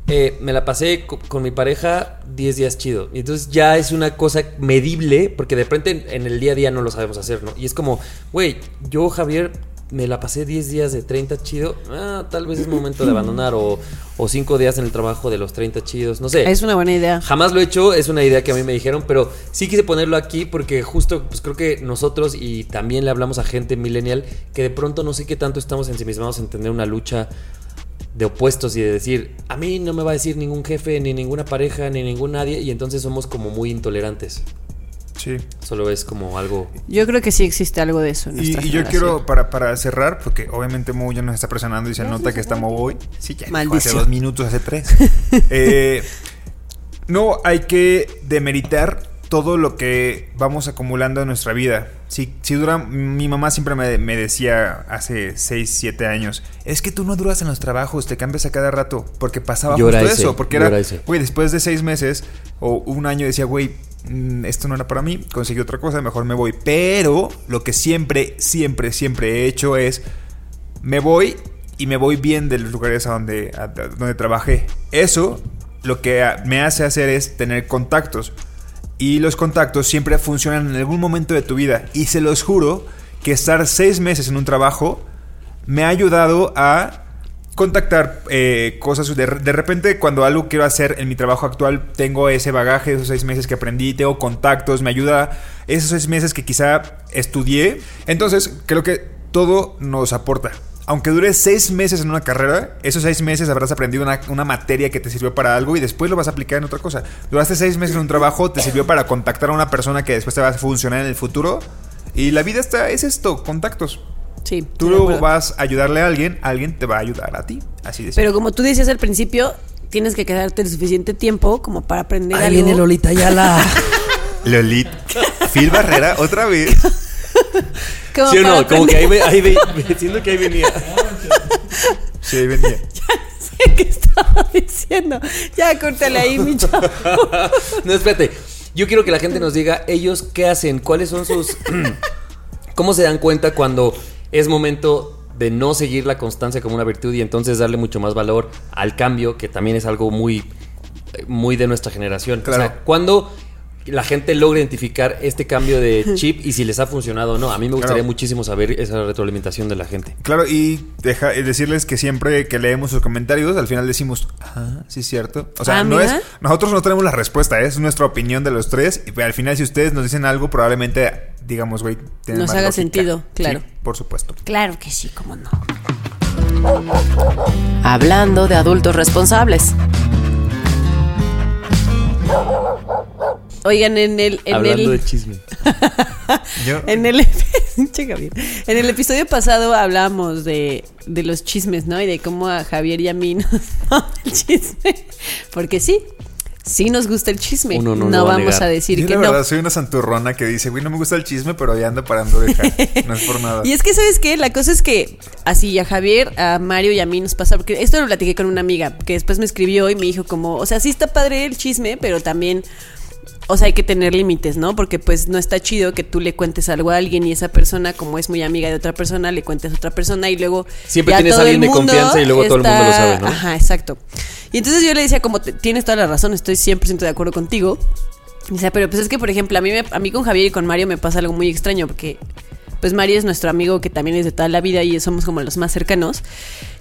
E: eh, me la pasé co- con mi pareja 10 días chido. Y entonces ya es una cosa medible porque de repente en, en el día a día no lo sabemos hacer, ¿no? Y es como, güey, yo Javier me la pasé 10 días de 30 chido, ah, tal vez es momento de abandonar o, o 5 días en el trabajo de los 30 chidos, no sé.
D: Es una buena idea.
E: Jamás lo he hecho, es una idea que a mí me dijeron, pero sí quise ponerlo aquí porque justo pues creo que nosotros y también le hablamos a gente millennial que de pronto no sé qué tanto estamos ensimismados en tener una lucha de opuestos y de decir, a mí no me va a decir ningún jefe, ni ninguna pareja, ni ningún nadie, y entonces somos como muy intolerantes.
B: Sí.
E: Solo es como algo...
D: Yo creo que sí existe algo de eso en
B: Y,
D: nuestra
B: y yo
D: generación.
B: quiero, para, para cerrar, porque obviamente Mo ya nos está presionando y se nota que está Mo hoy. Sí, ya dijo
D: Maldición.
B: hace dos minutos, hace tres. Eh, no hay que demeritar todo lo que vamos acumulando en nuestra vida. Si, si dura, mi mamá siempre me, me decía hace 6, 7 años, es que tú no duras en los trabajos, te cambias a cada rato, porque pasaba
E: Yo era
B: justo
E: ese,
B: eso, porque
E: yo
B: era,
E: era ese.
B: güey, después de seis meses o un año decía, güey, mm, esto no era para mí, conseguí otra cosa, mejor me voy. Pero lo que siempre, siempre, siempre he hecho es, me voy y me voy bien de los lugares a donde, a- a donde trabajé. Eso lo que a- me hace hacer es tener contactos. Y los contactos siempre funcionan en algún momento de tu vida. Y se los juro que estar seis meses en un trabajo me ha ayudado a contactar eh, cosas. De, de repente, cuando algo quiero hacer en mi trabajo actual, tengo ese bagaje, esos seis meses que aprendí, tengo contactos, me ayuda esos seis meses que quizá estudié. Entonces, creo que todo nos aporta. Aunque dure seis meses en una carrera, esos seis meses habrás aprendido una, una materia que te sirvió para algo y después lo vas a aplicar en otra cosa. Duraste seis meses en un trabajo, te sirvió para contactar a una persona que después te va a funcionar en el futuro. Y la vida está, es esto, contactos.
D: Sí,
B: Tú
D: de
B: luego
D: acuerdo.
B: vas a ayudarle a alguien, alguien te va a ayudar a ti. Así de
D: Pero como tú decías al principio, tienes que quedarte el suficiente tiempo como para aprender algo.
E: Lolita Ayala.
H: Lolit. Phil Barrera, otra vez.
D: Como
E: ¿Sí o
D: para
E: no? Como que
D: aprender-
E: ahí, ve- ahí ve- siento que ahí venía.
B: Sí, ahí venía.
D: ¿Qué estaba diciendo? Ya, córtale ahí, mi chavo.
E: No, espérate. Yo quiero que la gente nos diga ellos qué hacen, cuáles son sus... ¿Cómo se dan cuenta cuando es momento de no seguir la constancia como una virtud y entonces darle mucho más valor al cambio, que también es algo muy, muy de nuestra generación? O
B: Claro.
E: sea, cuando la gente logra identificar este cambio de chip y si les ha funcionado o no. A mí me gustaría
B: Claro.
E: muchísimo saber esa retroalimentación de la gente.
B: Claro, y deja- eh, decirles que siempre que leemos sus comentarios, al final decimos, ah, sí es cierto. O sea,
D: Ah,
B: no
D: mira.
B: es, nosotros no tenemos la respuesta, es nuestra opinión de los tres. Y al final, si ustedes nos dicen algo, probablemente digamos, güey, tiene
D: Nos
B: más
D: haga
B: lógica.
D: sentido, claro.
B: Sí, por supuesto.
D: Claro que sí, cómo no.
A: Hablando de adultos responsables.
D: Oigan, en el. En
E: Hablando
D: el...
E: de chisme.
B: Yo-
D: En el, Che, Gabriel. en el episodio pasado hablábamos de, de los chismes, ¿no? Y de cómo a Javier y a mí nos mama el chisme. Porque sí, sí nos gusta el chisme.
E: Uno no
D: no
E: lo va a
D: vamos a,
E: negar.
D: decir
B: yo
D: que
B: la
D: no.
B: verdad soy una santurrona que dice, güey, no me gusta el chisme, pero ya ando parando de dejar. No es por nada.
D: Y es que, ¿sabes qué? La cosa es que así a Javier, a Mario y a mí nos pasa, porque esto lo platiqué con una amiga que después me escribió y me dijo como, o sea, sí está padre el chisme, pero también, o sea, hay que tener límites, ¿no? Porque pues no está chido que tú le cuentes algo a alguien y esa persona, como es muy amiga de otra persona, le cuentes a otra persona y luego...
E: Siempre
D: ya
E: tienes
D: todo
E: a alguien de
D: el mundo
E: confianza y luego todo el mundo lo sabe, ¿no?
D: Ajá, exacto. Y entonces yo le decía como, "Te- tienes toda la razón, estoy 100% de acuerdo contigo. O sea, pero pues es que, por ejemplo, a mí, me- a mí con Javier y con Mario me pasa algo muy extraño porque... Pues Mario es nuestro amigo que también es de toda la vida y somos como los más cercanos.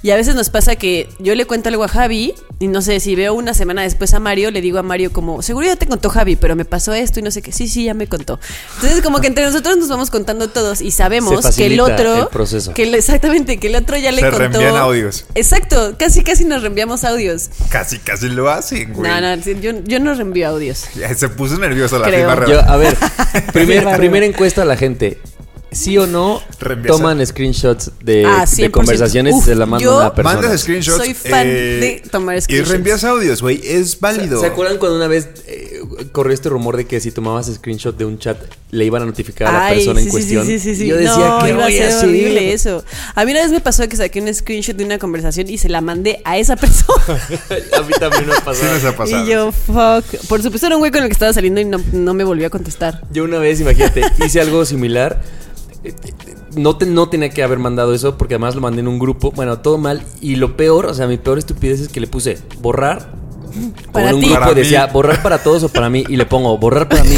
D: Y a veces nos pasa que yo le cuento algo a Javi y no sé si veo una semana después a Mario, le digo a Mario como, seguro ya te contó Javi, pero me pasó esto y no sé qué. Sí, sí, ya me contó. Entonces como que entre nosotros nos vamos contando todos y sabemos
E: Se
D: que el
E: facilita
D: otro...
E: el proceso.
D: Que el- exactamente, que el otro ya le
B: Se
D: contó...
B: reenvían audios.
D: Exacto, casi casi nos reenviamos audios.
B: Casi, casi lo hacen, güey.
D: No, no, sí, yo, yo no reenvío audios.
B: Ya Se puso nerviosa la
D: Creo.
B: firma
E: Yo, a ver, primer-
D: Sí, barrio.
E: primera encuesta a la gente. ¿Sí o no
B: Reenvías.
E: toman screenshots de,
D: Ah,
E: de
D: 100%.
E: conversaciones y se la mandan
D: Yo-
E: a personas?
B: Mandas screenshots. eh,
D: Soy fan de tomar screenshots.
B: Y reenvías audios, güey. Es válido.
E: ¿Se acuerdan cuando una vez eh, corrió este rumor de que si tomabas screenshot de un chat le iban a notificar a la persona en
D: sí, sí,
E: cuestión?
D: Sí, sí, sí, sí.
E: Yo decía
D: no,
E: que
D: iba a ser
E: hacer?
D: horrible eso. A mí una vez me pasó que saqué un screenshot de una conversación y se la mandé a esa persona.
E: a mí también me ha
B: Sí
E: pasado.
B: nos ha pasado.
D: Y yo, fuck. Por supuesto era un güey con el que estaba saliendo y no, no me volvió a contestar.
E: Yo una vez, imagínate, hice algo similar. Eh, eh, No, te- no tenía que haber mandado eso porque además lo mandé en un grupo. Bueno, todo mal. Y lo peor, o sea, mi peor estupidez es que le puse borrar. Como
D: Para
E: en un
D: ti.
E: grupo
B: Para mí.
E: decía borrar para todos o para mí. Y le pongo borrar para mí.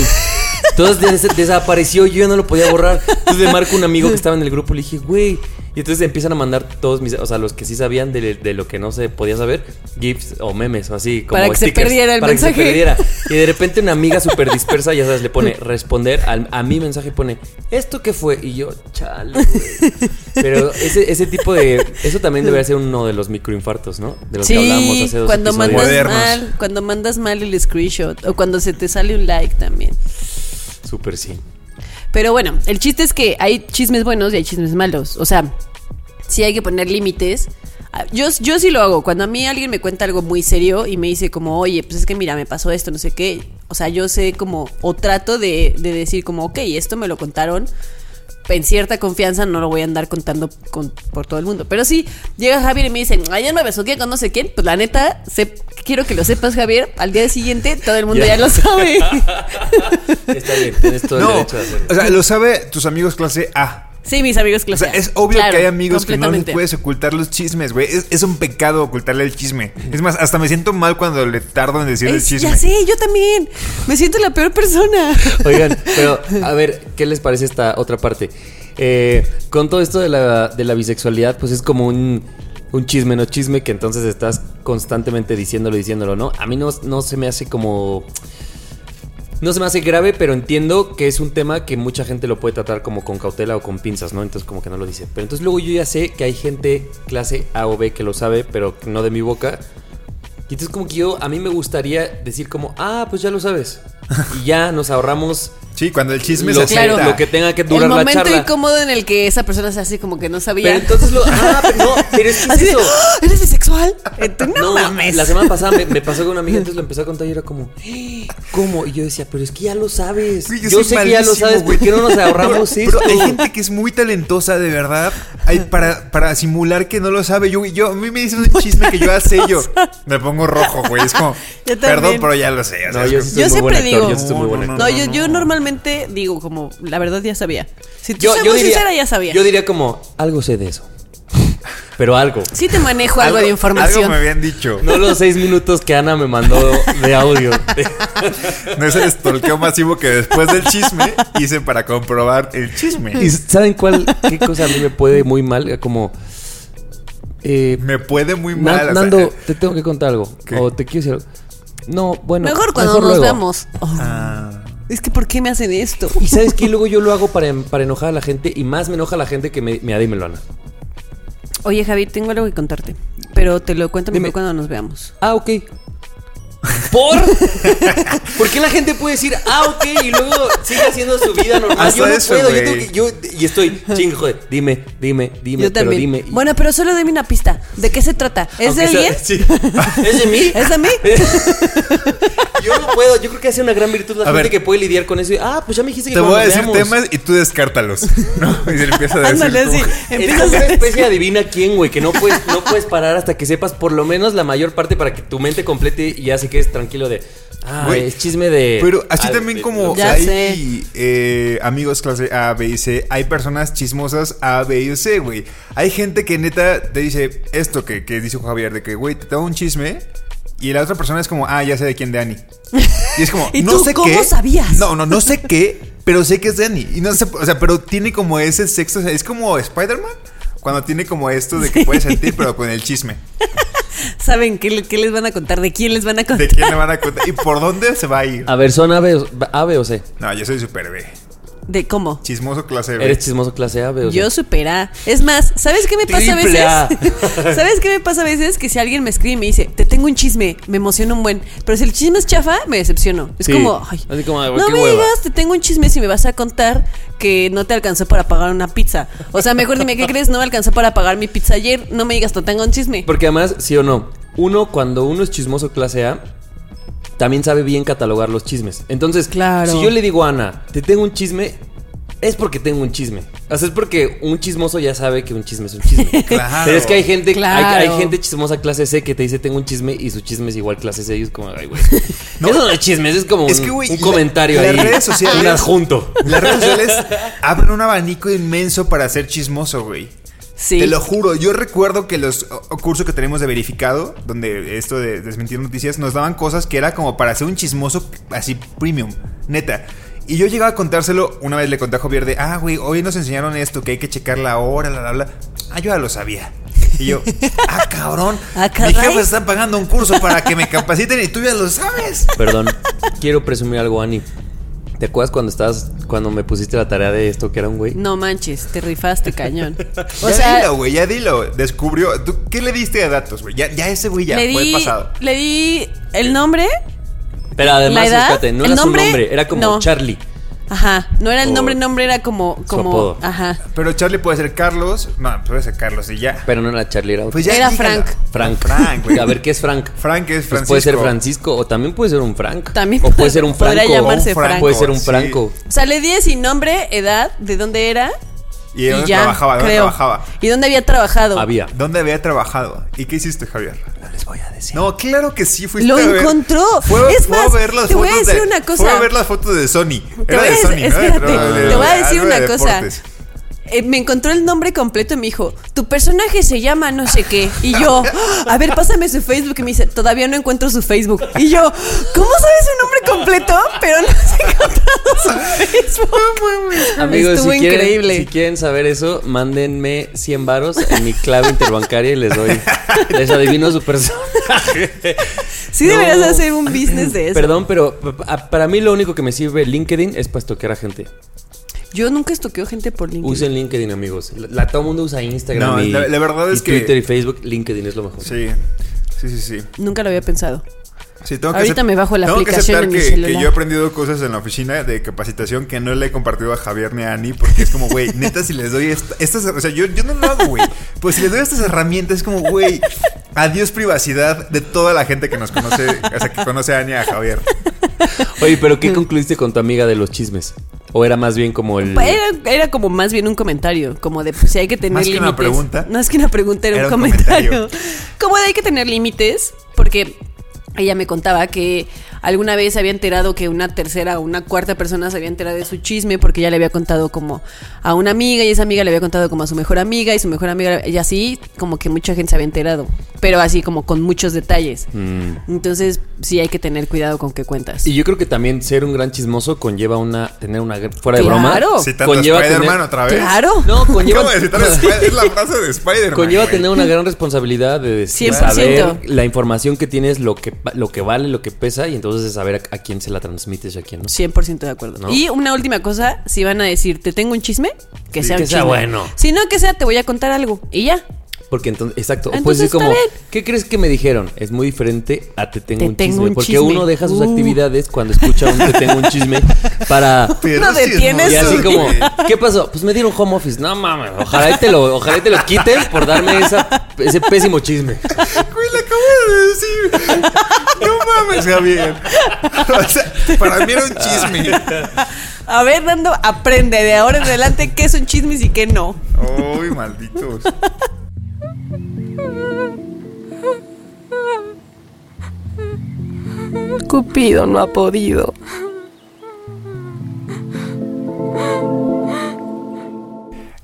E: Entonces des- desapareció, yo ya no lo podía borrar. Entonces le marco a un amigo que estaba en el grupo, le dije, güey. Y entonces empiezan a mandar todos mis, o sea, los que sí sabían de, de lo que no se podía saber, GIFs o memes o así. Como
D: Para que se
E: stickers,
D: perdiera el
E: para Que
D: mensaje.
E: se perdiera. Y de repente una amiga súper dispersa, ya sabes, le pone responder al- a mi mensaje, pone, ¿esto qué fue? Y yo, chale, güey. Pero ese, ese tipo de. Eso también debería ser uno de los microinfartos, ¿no? De los que hablamos
D: Sí,
E: hace dos
D: cuando
E: episodios.
D: mandas
B: Modernos.
D: mal, cuando mandas mal el screenshot o cuando se te sale un like también.
E: Súper sí.
D: Pero bueno, el chiste es que hay chismes buenos y hay chismes malos. O sea, sí hay que poner límites. Ah, Yo, yo sí lo hago. Cuando a mí alguien me cuenta algo muy serio y me dice como, oye, pues es que mira, me pasó esto, no sé qué. O sea, yo sé como, o trato de, de decir como, ok, esto me lo contaron. En cierta confianza no lo voy a andar contando con- por todo el mundo. Pero sí, llega Javier y me dicen, ayer me besuqué con no sé quién. Pues la neta, sé- quiero que lo sepas, Javier. Al día siguiente todo el mundo
E: Ya.
D: ya lo sabe.
E: Está bien, tienes todo el
B: No,
E: derecho de hacerlo.
B: o sea, lo sabe tus amigos clase A.
D: Sí, mis amigos
B: O sea,
D: clase A.
B: es obvio
D: Claro,
B: que hay amigos que no les
D: completamente.
B: puedes ocultar los chismes, güey. Es, es un pecado ocultarle el chisme. Es más, hasta me siento mal cuando le tardo en decir el
D: Es-
B: chisme.
D: ya sé, yo también. Me siento la peor persona.
E: Oigan, pero a ver, ¿qué les parece esta otra parte? Eh, con todo esto de la, de la bisexualidad, pues es como un, un chisme, no chisme, que entonces estás constantemente diciéndolo, diciéndolo, ¿no? A mí no, no se me hace como... No se me hace grave, pero entiendo que es un tema que mucha gente lo puede tratar como con cautela o con pinzas, ¿no? Entonces como que no lo dice. Pero entonces luego yo ya sé que hay gente clase A o B que lo sabe, pero no de mi boca. Y entonces como que yo, a mí me gustaría decir como, ah, pues ya lo sabes. Y ya nos ahorramos
B: Sí, cuando el chisme
E: lo,
B: se acepta.
E: lo que tenga que durar
D: el
E: la
D: momento
E: charla.
D: incómodo en el que esa persona se hace como que no sabía.
E: Pero entonces lo. Ah, pero no, pero es que es
D: Así de,
E: eso.
D: "¡Ah! ¿eres bisexual? Eh, tú no,
E: No,
D: mames.
E: la semana pasada me, me pasó con una amiga, entonces lo empezó a contar y era como, ¿cómo? Y yo decía, pero es que ya lo sabes.
B: Güey,
E: yo
B: soy
E: sé que ya lo
B: malísimo,
E: sabes, ¿por
B: güey.
E: qué no nos ahorramos
B: Pero-
E: esto?
B: Pero hay gente que es muy talentosa, de verdad. Hay para, para simular que no lo sabe. Yo, yo, a mí me dicen un chisme que yo hace yo. Me pongo rojo, güey. Es como,
D: Yo también.
B: perdón, pero ya lo sé. o sea,
E: No,
B: es
E: yo
B: como-
E: sí soy
D: Yo
E: muy buen
D: siempre
E: actor,
D: digo-
E: yo sí soy muy buen
B: No, no,
E: actor.
D: No, yo, yo normalmente digo como, la verdad ya sabía. Si tú soy muy sincera, ya sabía.
E: Yo diría como, algo sé de eso. Pero algo.
D: sí te manejo algo, de
B: Algo
D: información.
B: me habían dicho.
E: No los seis minutos que Ana me mandó de audio.
B: No es el estolqueo masivo que después del chisme hice para comprobar el chisme.
E: ¿Y saben cuál? ¿Qué cosa a mí me puede muy mal? Como. eh,
B: Me puede muy
E: Na-
B: mal. o sea, eh.
E: Nando, te tengo que contar algo.
B: ¿Qué?
E: O te quiero decir algo. No, bueno.
D: Mejor cuando nos
E: luego.
D: vemos. Oh,
B: Ah.
D: Es que ¿por qué me hacen esto?
E: Y sabes que luego yo lo hago para, en- para enojar a la gente y más me enoja a la gente que me. Mira, dímelo, Ana.
D: Oye, Javier, tengo algo que contarte. Pero te lo cuento
E: Dime.
D: mejor cuando nos veamos.
E: Ah, ok. ¿Por? ¿Por qué la gente puede decir, ah, ok, y luego sigue haciendo su vida normal?
B: Hasta
E: yo no
B: eso,
E: puedo, yo,
B: güey.
E: tengo que- yo- Y estoy, chingo, joder, dime, dime, dime,
D: Yo
E: pero
D: también.
E: dime. Y-
D: Bueno, pero solo deme una pista. ¿De qué se trata? ¿Es de
E: aunque sea-
D: alguien?
E: sí. ¿Es de mí?
D: ¿Es de mí?
E: yo no puedo, yo creo que hace una gran virtud la
B: A
E: gente
B: ver.
E: que puede lidiar con eso. Y, ah, pues ya me dijiste que
B: Te voy
E: cuando
B: a
E: nos
B: decir
E: veamos".
B: temas y tú descártalos. ¿no? Y se le empieza a decir.
D: Ándale, así.
B: como-
E: Es
D: Empiezas
E: como una
D: a-
E: especie de adivina quién, güey, que no puedes, no puedes parar hasta que sepas por lo menos la mayor parte para que tu mente complete y ya se quedes tranquilo de. Ah,
B: Güey,
E: es chisme de.
D: Eh,
B: Pero así
E: ah,
B: también
E: de-
B: como
D: Ya
B: hay eh, amigos clase A, B y C, hay personas chismosas A, B y C, güey. Hay gente que neta te dice esto que, que dice Javier, de que, güey, te tengo un chisme. Y la otra persona es como, ah, ya sé de quién, de Ani. Y es como,
D: ¿Y
B: no
D: tú
B: sé
D: cómo
B: qué.
D: sabías?
B: No, no, no sé qué, pero sé que es de Ani. Y no sé, o sea, pero tiene como ese sexto, o sea, es como Spider-Man. Cuando tiene como esto de que puede sentir, pero con el chisme.
D: ¿Saben qué, le- qué les van a contar? ¿De quién les van a
B: ¿De
D: contar?
B: quién le van a contar? ¿Y por dónde se va a
D: Ah.
B: ir?
E: A ver, ¿son A, B, o- A, B o C?
B: No, yo soy super B.
D: ¿De cómo?
B: Chismoso clase B.
E: ¿Eres chismoso clase A, B o C?
D: Yo supera. Es más, ¿sabes qué me pasa a
E: Triple A.
D: veces? ¿Sabes qué me pasa a veces? Que si alguien me escribe y me dice, te tengo un chisme, me emociono un buen. Pero si el chisme es chafa, me decepciono. Es
E: Sí.
D: como, ay,
E: Así como, ay,
D: no
E: qué
D: me
E: hueva".
D: digas, te tengo un chisme si me vas a contar que no te alcanzó para pagar una pizza. O sea, mejor dime, ¿qué crees? No me alcanzó para pagar mi pizza ayer. No me digas, te tengo un chisme.
E: Porque además, sí o no, uno cuando uno es chismoso clase A, también sabe bien catalogar los chismes. Entonces,
D: Claro.
E: si yo le digo a Ana, te tengo un chisme, es porque tengo un chisme. O sea, es porque un chismoso ya sabe que un chisme es un chisme.
B: Claro.
E: Pero es que hay gente, hay- hay,
D: Claro.
E: gente chismosa clase C que te dice tengo un chisme y su chisme es igual clase C y es como, ay, güey. Eso no es chisme, eso es como
B: Es
E: un,
B: que, güey,
E: un
B: la-
E: comentario
B: las
E: ahí.
B: redes sociales-
E: Un adjunto.
B: Las redes sociales abren un abanico inmenso para ser chismoso, güey.
D: Sí.
B: Te lo juro, yo recuerdo que los o- o cursos que tenemos de verificado, donde esto de desmentir noticias, nos daban cosas que era como para ser un chismoso así premium, neta. Y yo llegaba a contárselo, una vez le conté a Javier de, ah, güey, hoy nos enseñaron esto, que hay que checar la hora, la, la, la. Ah, yo ya lo sabía. Y yo, ah, cabrón,
D: Ah,
B: mi
D: caray.
B: jefe está pagando un curso para que me capaciten y tú ya lo sabes.
E: Perdón, quiero presumir algo, Ani. ¿Te acuerdas cuando estabas, cuando me pusiste la tarea de esto que era un güey?
D: No manches, te rifaste cañón. O
B: ya
D: sea,
B: dilo, güey, ya dilo. Descubrió. ¿Tú qué le diste de datos, güey? Ya, ya ese güey ya
D: le
B: fue
D: di,
B: pasado.
D: le di el nombre.
E: Pero
D: ¿La
E: además,
D: edad?
E: espérate, no
D: ¿El
E: era
D: nombre?
E: su nombre, era como
D: No.
E: Charlie.
D: Ajá, no era el
E: O
D: nombre, nombre era como, como,
E: apodo.
D: ajá.
B: Pero Charlie puede ser Carlos. No, puede ser Carlos y ya.
E: Pero no era Charlie, era otro.
B: Pues ya
D: Era
B: dígalo.
D: Frank.
E: Frank.
B: Frank, güey.
E: A ver, ¿qué es Frank?
B: Frank es
E: Pues
B: Francisco.
E: puede ser Francisco o también puede ser un Frank.
D: También
E: o puede ser un Franco.
D: podría
E: o
D: llamarse
E: un Fran-
D: Franco.
E: Puede ser un
B: Sí.
E: Franco.
D: O sea, le di sin nombre, edad, de dónde era
B: ¿Y dónde trabajaba? ¿Dónde
D: creo.
B: trabajaba?
D: ¿Y dónde había trabajado?
E: Había.
B: ¿Dónde había trabajado? ¿Y qué hiciste, Javier?
E: No les voy a decir.
B: No, claro que sí fuiste
D: Lo
B: a ver.
D: encontró.
B: Fue,
D: Es
B: fue
D: más,
B: a ver las
D: te voy a
B: fotos
D: decir
B: de-
D: una cosa.
B: Fue a ver las fotos de Sony.
D: Te
B: Era
D: voy a
B: de
D: decir-
B: Sony, ¿no?
D: espérate,
B: Era de-
D: te voy a decir
B: algo
D: una
B: de
D: cosa.
B: deportes.
D: Eh, me encontró el nombre completo y me dijo, tu personaje se llama no sé qué. Y yo, "Ah, a ver, pásame su Facebook. Y me dice, todavía no encuentro su Facebook. Y yo, ¿cómo sabes su nombre completo? Pero no has encontrado su Facebook.
E: Amigos,
D: Estuvo
E: si quieren,
D: increíble.
E: si quieren saber eso, mándenme 100 varos en mi clave interbancaria y les doy. Les adivino su personaje.
D: Sí deberías hacer un business de eso.
E: Perdón, pero pa- pa- para mí lo único que me sirve LinkedIn es para estoquear a gente.
D: Yo nunca estoqueo gente por LinkedIn.
E: Usen LinkedIn, amigos. La, la- todo el mundo usa Instagram.
B: No,
E: y,
B: la- la verdad
E: y
B: es que-
E: Twitter y Facebook, LinkedIn es lo mejor.
B: Sí. Sí, sí, sí.
D: Nunca lo había pensado.
B: Sí, tengo que
D: Ahorita
B: acep-
D: me bajo la
B: tengo
D: aplicación
B: que
D: en mi
B: aceptar que,
D: celular.
B: que yo he aprendido cosas en la oficina de capacitación que no le he compartido a Javier ni a Ani porque es como, güey, neta, si les doy esta- estas... O sea, yo, yo no lo hago, güey. Pues si les doy estas herramientas es como, güey, adiós privacidad de toda la gente que nos conoce, o sea, que conoce a Ani y a Javier.
E: Oye, pero ¿qué concluiste con tu amiga de los chismes? ¿O era más bien como el.
D: Era, era como más bien un comentario, como de pues, si hay que tener
B: Más que una
D: límites.
B: pregunta.
D: No es que una pregunta, era,
B: Era
D: un
B: un
D: comentario.
B: comentario.
D: Como de hay que tener límites, porque ella me contaba que alguna vez se había enterado que una tercera o una cuarta persona se había enterado de su chisme porque ella le había contado como a una amiga y esa amiga le había contado como a su mejor amiga y su mejor amiga y así como que mucha gente se había enterado, pero así como con muchos detalles.
B: Mm.
D: Entonces sí hay que tener cuidado con qué cuentas.
E: Y yo creo que también ser un gran chismoso conlleva una. tener una. gr- fuera de
D: Claro.
E: broma.
B: Citando a
E: conlleva
B: Spider-Man
E: tener-
B: otra vez.
D: claro.
E: No, conlleva.
B: Acabo de citar a Spider- es la frase de Spider-Man.
E: Conlleva
B: güey.
E: tener una gran responsabilidad de decir,
D: 100%.
E: saber la información que tienes, lo que, va- lo que vale, lo que pesa, y entonces de saber a, a quién se la transmites y a quién no.
D: 100% de acuerdo.
E: ¿No?
D: Y una última cosa, si van a decir, te tengo un chisme, que
E: Sí,
D: sea
E: que
D: un
E: sea
D: chisme.
E: bueno.
D: Si no, que sea, te voy a contar algo. Y ya.
E: Porque entonces, exacto,
D: Ah,
E: o puedes decir
D: entonces
E: como,
D: está bien.
E: ¿qué crees que me dijeron? Es muy diferente a te tengo
D: Te
E: un
D: tengo
E: chisme.
D: un
E: porque
D: chisme.
E: uno deja sus
D: Uh.
E: actividades cuando escucha un te tengo un chisme para...
B: Pero
D: No
B: sí es
D: detienes
B: muy-
E: Y así
D: Eso.
E: como, ¿qué pasó? Pues me dieron home office. No mames, ojalá y te lo, ojalá y te lo quiten por darme esa, ese pésimo chisme.
B: Güey, le acabo de decir. No mames, Javier. O sea, para mí era un chisme.
D: A ver, Nando, aprende de ahora en adelante qué son chismes y qué no.
B: Uy, malditos.
A: Cupido no ha podido.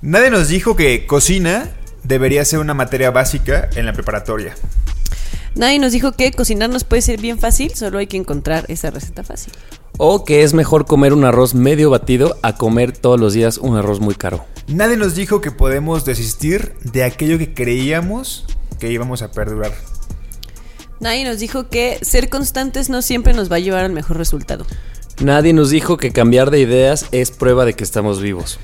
B: Nadie nos dijo que cocina debería ser una materia básica en la preparatoria.
D: Nadie nos dijo que cocinarnos puede ser bien fácil, solo hay que encontrar esa receta fácil.
E: O que es mejor comer un arroz medio batido a comer todos los días un arroz muy caro.
B: Nadie nos dijo que podemos desistir de aquello que creíamos que íbamos a perdurar.
D: Nadie nos dijo que ser constantes no siempre nos va a llevar al mejor resultado.
E: Nadie nos dijo que cambiar de ideas es prueba de que estamos vivos.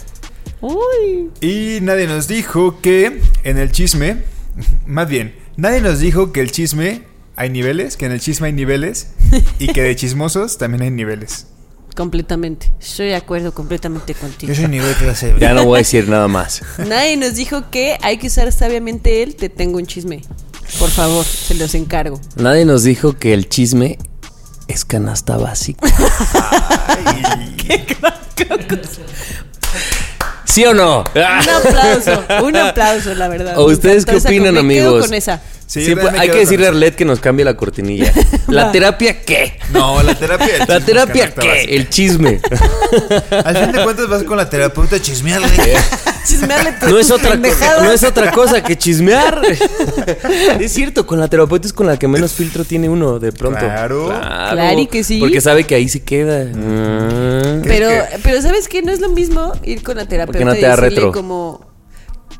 D: Uy.
B: Y nadie nos dijo que en el chisme, más bien, nadie nos dijo que el chisme hay niveles, que en el chisme hay niveles y que de chismosos también hay niveles.
D: Completamente. Estoy de acuerdo completamente contigo.
B: soy nivel clase
E: Ya no voy a decir nada más.
D: Nadie nos dijo que hay que usar sabiamente el te tengo un chisme. Por favor, se los encargo.
E: Nadie nos dijo que el chisme es canasta básica. ¿Sí o no?
D: Un aplauso, un aplauso, la verdad.
E: ¿O ustedes
D: Me
E: qué
D: encantó esa
E: opinan,
D: con- me quedo
E: amigos?
D: con esa.
B: Sí, yo
E: Siempre-
B: también me
E: hay
B: quedo
E: que
B: con
E: decirle a
B: eso.
E: Arlet que nos cambie la cortinilla. ¿La terapia qué?
B: No, la terapia. del
E: ¿La
B: chisme es
E: terapia
B: canasta
E: qué? El chisme.
B: básica. Al fin de cuentas vas con la terapeuta a chismearle.
D: Chismeale tú
E: No es,
D: tus
E: otra,
D: pendejadas.
E: no es otra cosa que chismear. es cierto, con la terapeuta es con la que menos filtro tiene uno de pronto.
B: Claro.
D: Claro que sí.
E: Porque sabe que ahí se queda. Mm.
B: Que
D: Pero,
B: Es que-
D: pero ¿sabes qué? No es lo mismo ir con la terapeuta
E: no
D: y
E: te da
D: decirle
E: retro?
D: como...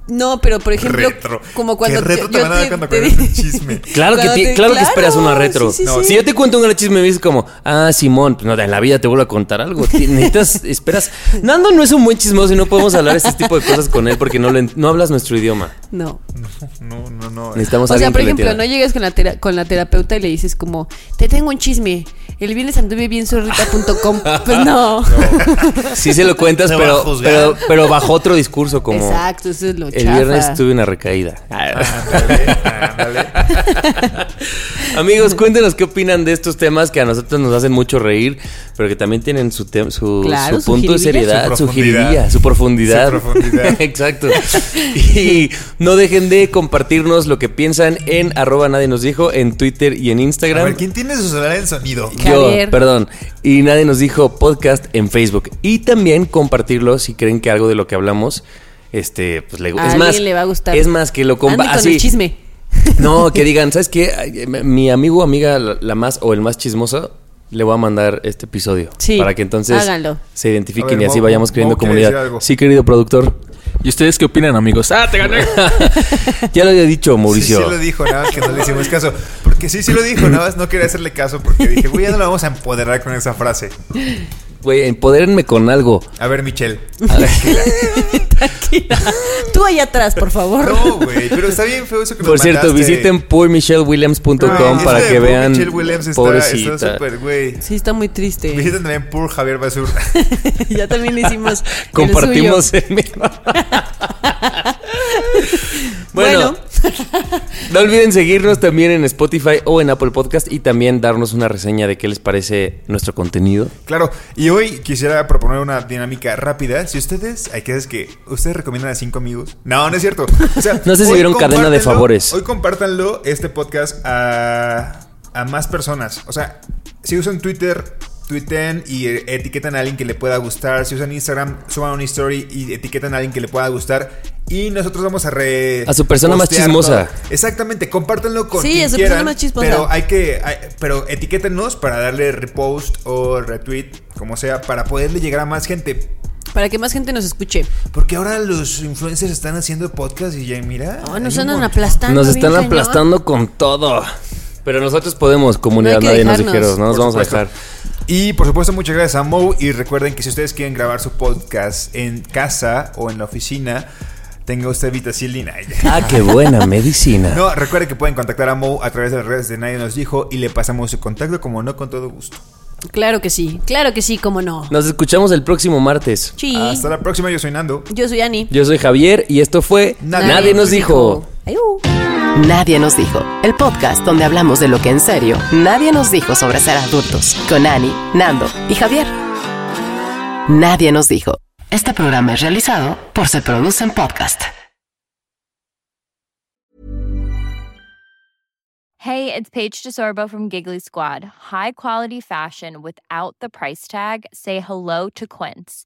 D: No, pero por ejemplo,
B: retro.
D: como cuando
B: ¿Qué retro te, van a dar cuando
D: te-
B: cuentas un chisme?
E: Claro que,
D: Cuando
E: ti-
D: te-
E: claro que
D: claro,
E: esperas una retro.
D: sí, sí, sí.
E: Si yo te cuento un gran chisme, me dices como, ah, Simón, pues no, en la vida te vuelvo a contar algo. Ti- Necesitas, esperas. Nando no es un buen chismoso y no podemos hablar este tipo de cosas con él porque no, lo en- no hablas nuestro idioma.
D: No.
B: No, no, no.
E: Necesitamos
D: o
E: alguien
D: sea, por
E: que le
D: ejemplo, no
E: entienda.
D: llegues con la, tera- con la terapeuta y le dices como, te tengo un chisme, el viernes anduve bien zorrita.com. Pues no.
E: Sí se lo cuentas,
B: Me va a
E: pero,
B: juzgar.
E: pero, pero bajo otro discurso como...
D: Exacto, eso es lo
E: El
D: chafa.
E: viernes tuve una recaída.
B: Ándale.
E: Amigos, cuéntenos qué opinan de estos temas que a nosotros nos hacen mucho reír, pero que también tienen su, tem- su,
D: Claro,
E: su
D: su
E: punto de
D: jiribilla.
E: seriedad,
B: Su
E: su
B: profundidad.
E: jiribilla, su profundidad.
B: Su profundidad.
E: Exacto. Y no dejen de compartirnos lo que piensan en arroba nadie nos dijo, en Twitter y en
B: A ver,
E: Instagram.
B: ¿quién tiene su celular en sonido?
E: Yo,
D: Javier.
E: perdón. Y nadie nos dijo podcast en Facebook. Y también compartirlo si creen que algo de lo que hablamos, este, pues le
D: A
E: es más,
D: alguien le va a gustar.
E: Es más que lo
D: Ande
E: compartan.
D: con el chisme.
E: No, que digan, ¿sabes qué? Ay, m- Mi amigo o amiga, la la más o el más chismoso, le voy a mandar este episodio.
D: Sí,
E: Para que entonces
D: háganlo.
E: se identifiquen
B: A ver,
E: y así
B: Mau-
E: vayamos creando
B: Mau quiere decir
E: comunidad.
B: algo.
E: Sí, querido productor.
I: ¿Y ustedes qué opinan, amigos? ¡Ah, te gané!
E: ya lo había dicho,
B: Sí, sí
E: Mauricio.
B: lo dijo, nada más que no le hicimos caso. Porque sí, sí lo dijo, nada más no quería hacerle caso porque dije, güey, ya no lo vamos a empoderar con esa frase.
E: Güey, empodérenme con algo.
B: A ver, Michelle.
E: Ah.
D: Tranquila. Tú allá atrás, por favor.
B: No, güey, pero está bien feo eso que nos
E: Por cierto,
B: mandaste. Ah,
E: visiten
B: Güey,
E: poormichellewilliams.com
B: eso
E: para
B: de
E: que
B: Poor
E: vean.
B: Michelle Williams está-
E: pobrecita.
B: está súper, güey.
D: Sí, está muy triste.
B: Visiten también Poor Javier Basur.
D: ya también hicimos. Pues, el
E: Compartimos
D: suyo.
E: el mismo.
D: Bueno.
E: bueno, no olviden seguirnos también en Spotify o en Apple Podcast y también darnos una reseña de qué les parece nuestro contenido.
B: Claro, y hoy quisiera proponer una dinámica rápida. Si ustedes, hay que es que ustedes recomiendan a cinco amigos. No, no es cierto. O sea,
E: No sé si
B: hoy
E: vieron Cadena de
B: compártanlo-
E: Favores.
B: Hoy compártanlo este podcast a, a más personas. O sea, si usan Twitter, tuiten y eh, etiquetan a alguien que le pueda gustar. Si usan Instagram, suban una story y etiquetan a alguien que le pueda gustar. Y nosotros vamos a re.
E: A su persona más
B: postear
E: chismosa.
B: todo. Exactamente, compártanlo con
D: Sí,
B: quien
D: a su
B: quieran,
D: persona más chismosa.
B: Pero hay que. hay- pero etiquétenos para darle repost o retweet, como sea, para poderle llegar a más gente.
D: Para que más gente nos escuche.
B: Porque ahora los influencers están haciendo podcast y ya, mira.
D: Oh,
B: hay
D: nos
B: un
D: andan
B: montón.
D: aplastando.
E: Nos
D: bien
E: están
D: cañón.
E: aplastando con todo. Pero nosotros podemos, comunidad,
D: que
E: nadie nos
D: dejarnos.
E: dijeron, no nos
B: Por
E: vamos
B: supuesto.
E: a dejar.
B: Y por supuesto, muchas gracias a Mo. Y recuerden que si ustedes quieren grabar su podcast en casa o en la oficina, tenga usted vitacilina.
E: Ah, qué buena medicina.
B: No, recuerden que pueden contactar a Mo a través de las redes de Nadie Nos Dijo y le pasamos su contacto, como no, con todo gusto.
D: Claro que sí. Claro que sí, cómo no.
E: Nos escuchamos el próximo martes.
D: Sí.
B: Hasta la próxima, yo soy Nando.
D: Yo soy Ani.
E: Yo soy Javier y esto fue Nadie,
B: Nadie
E: nos dijo.
D: Ayú.
A: Nadie nos dijo. El podcast donde hablamos de lo que en serio nadie nos dijo sobre ser adultos. Con Ani, Nando y Javier. Nadie nos dijo. Este programa es realizado por Se Producen Podcast.
J: Hey, it's Paige DeSorbo from Giggly Squad. High quality fashion without the price tag. Say hello to Quince.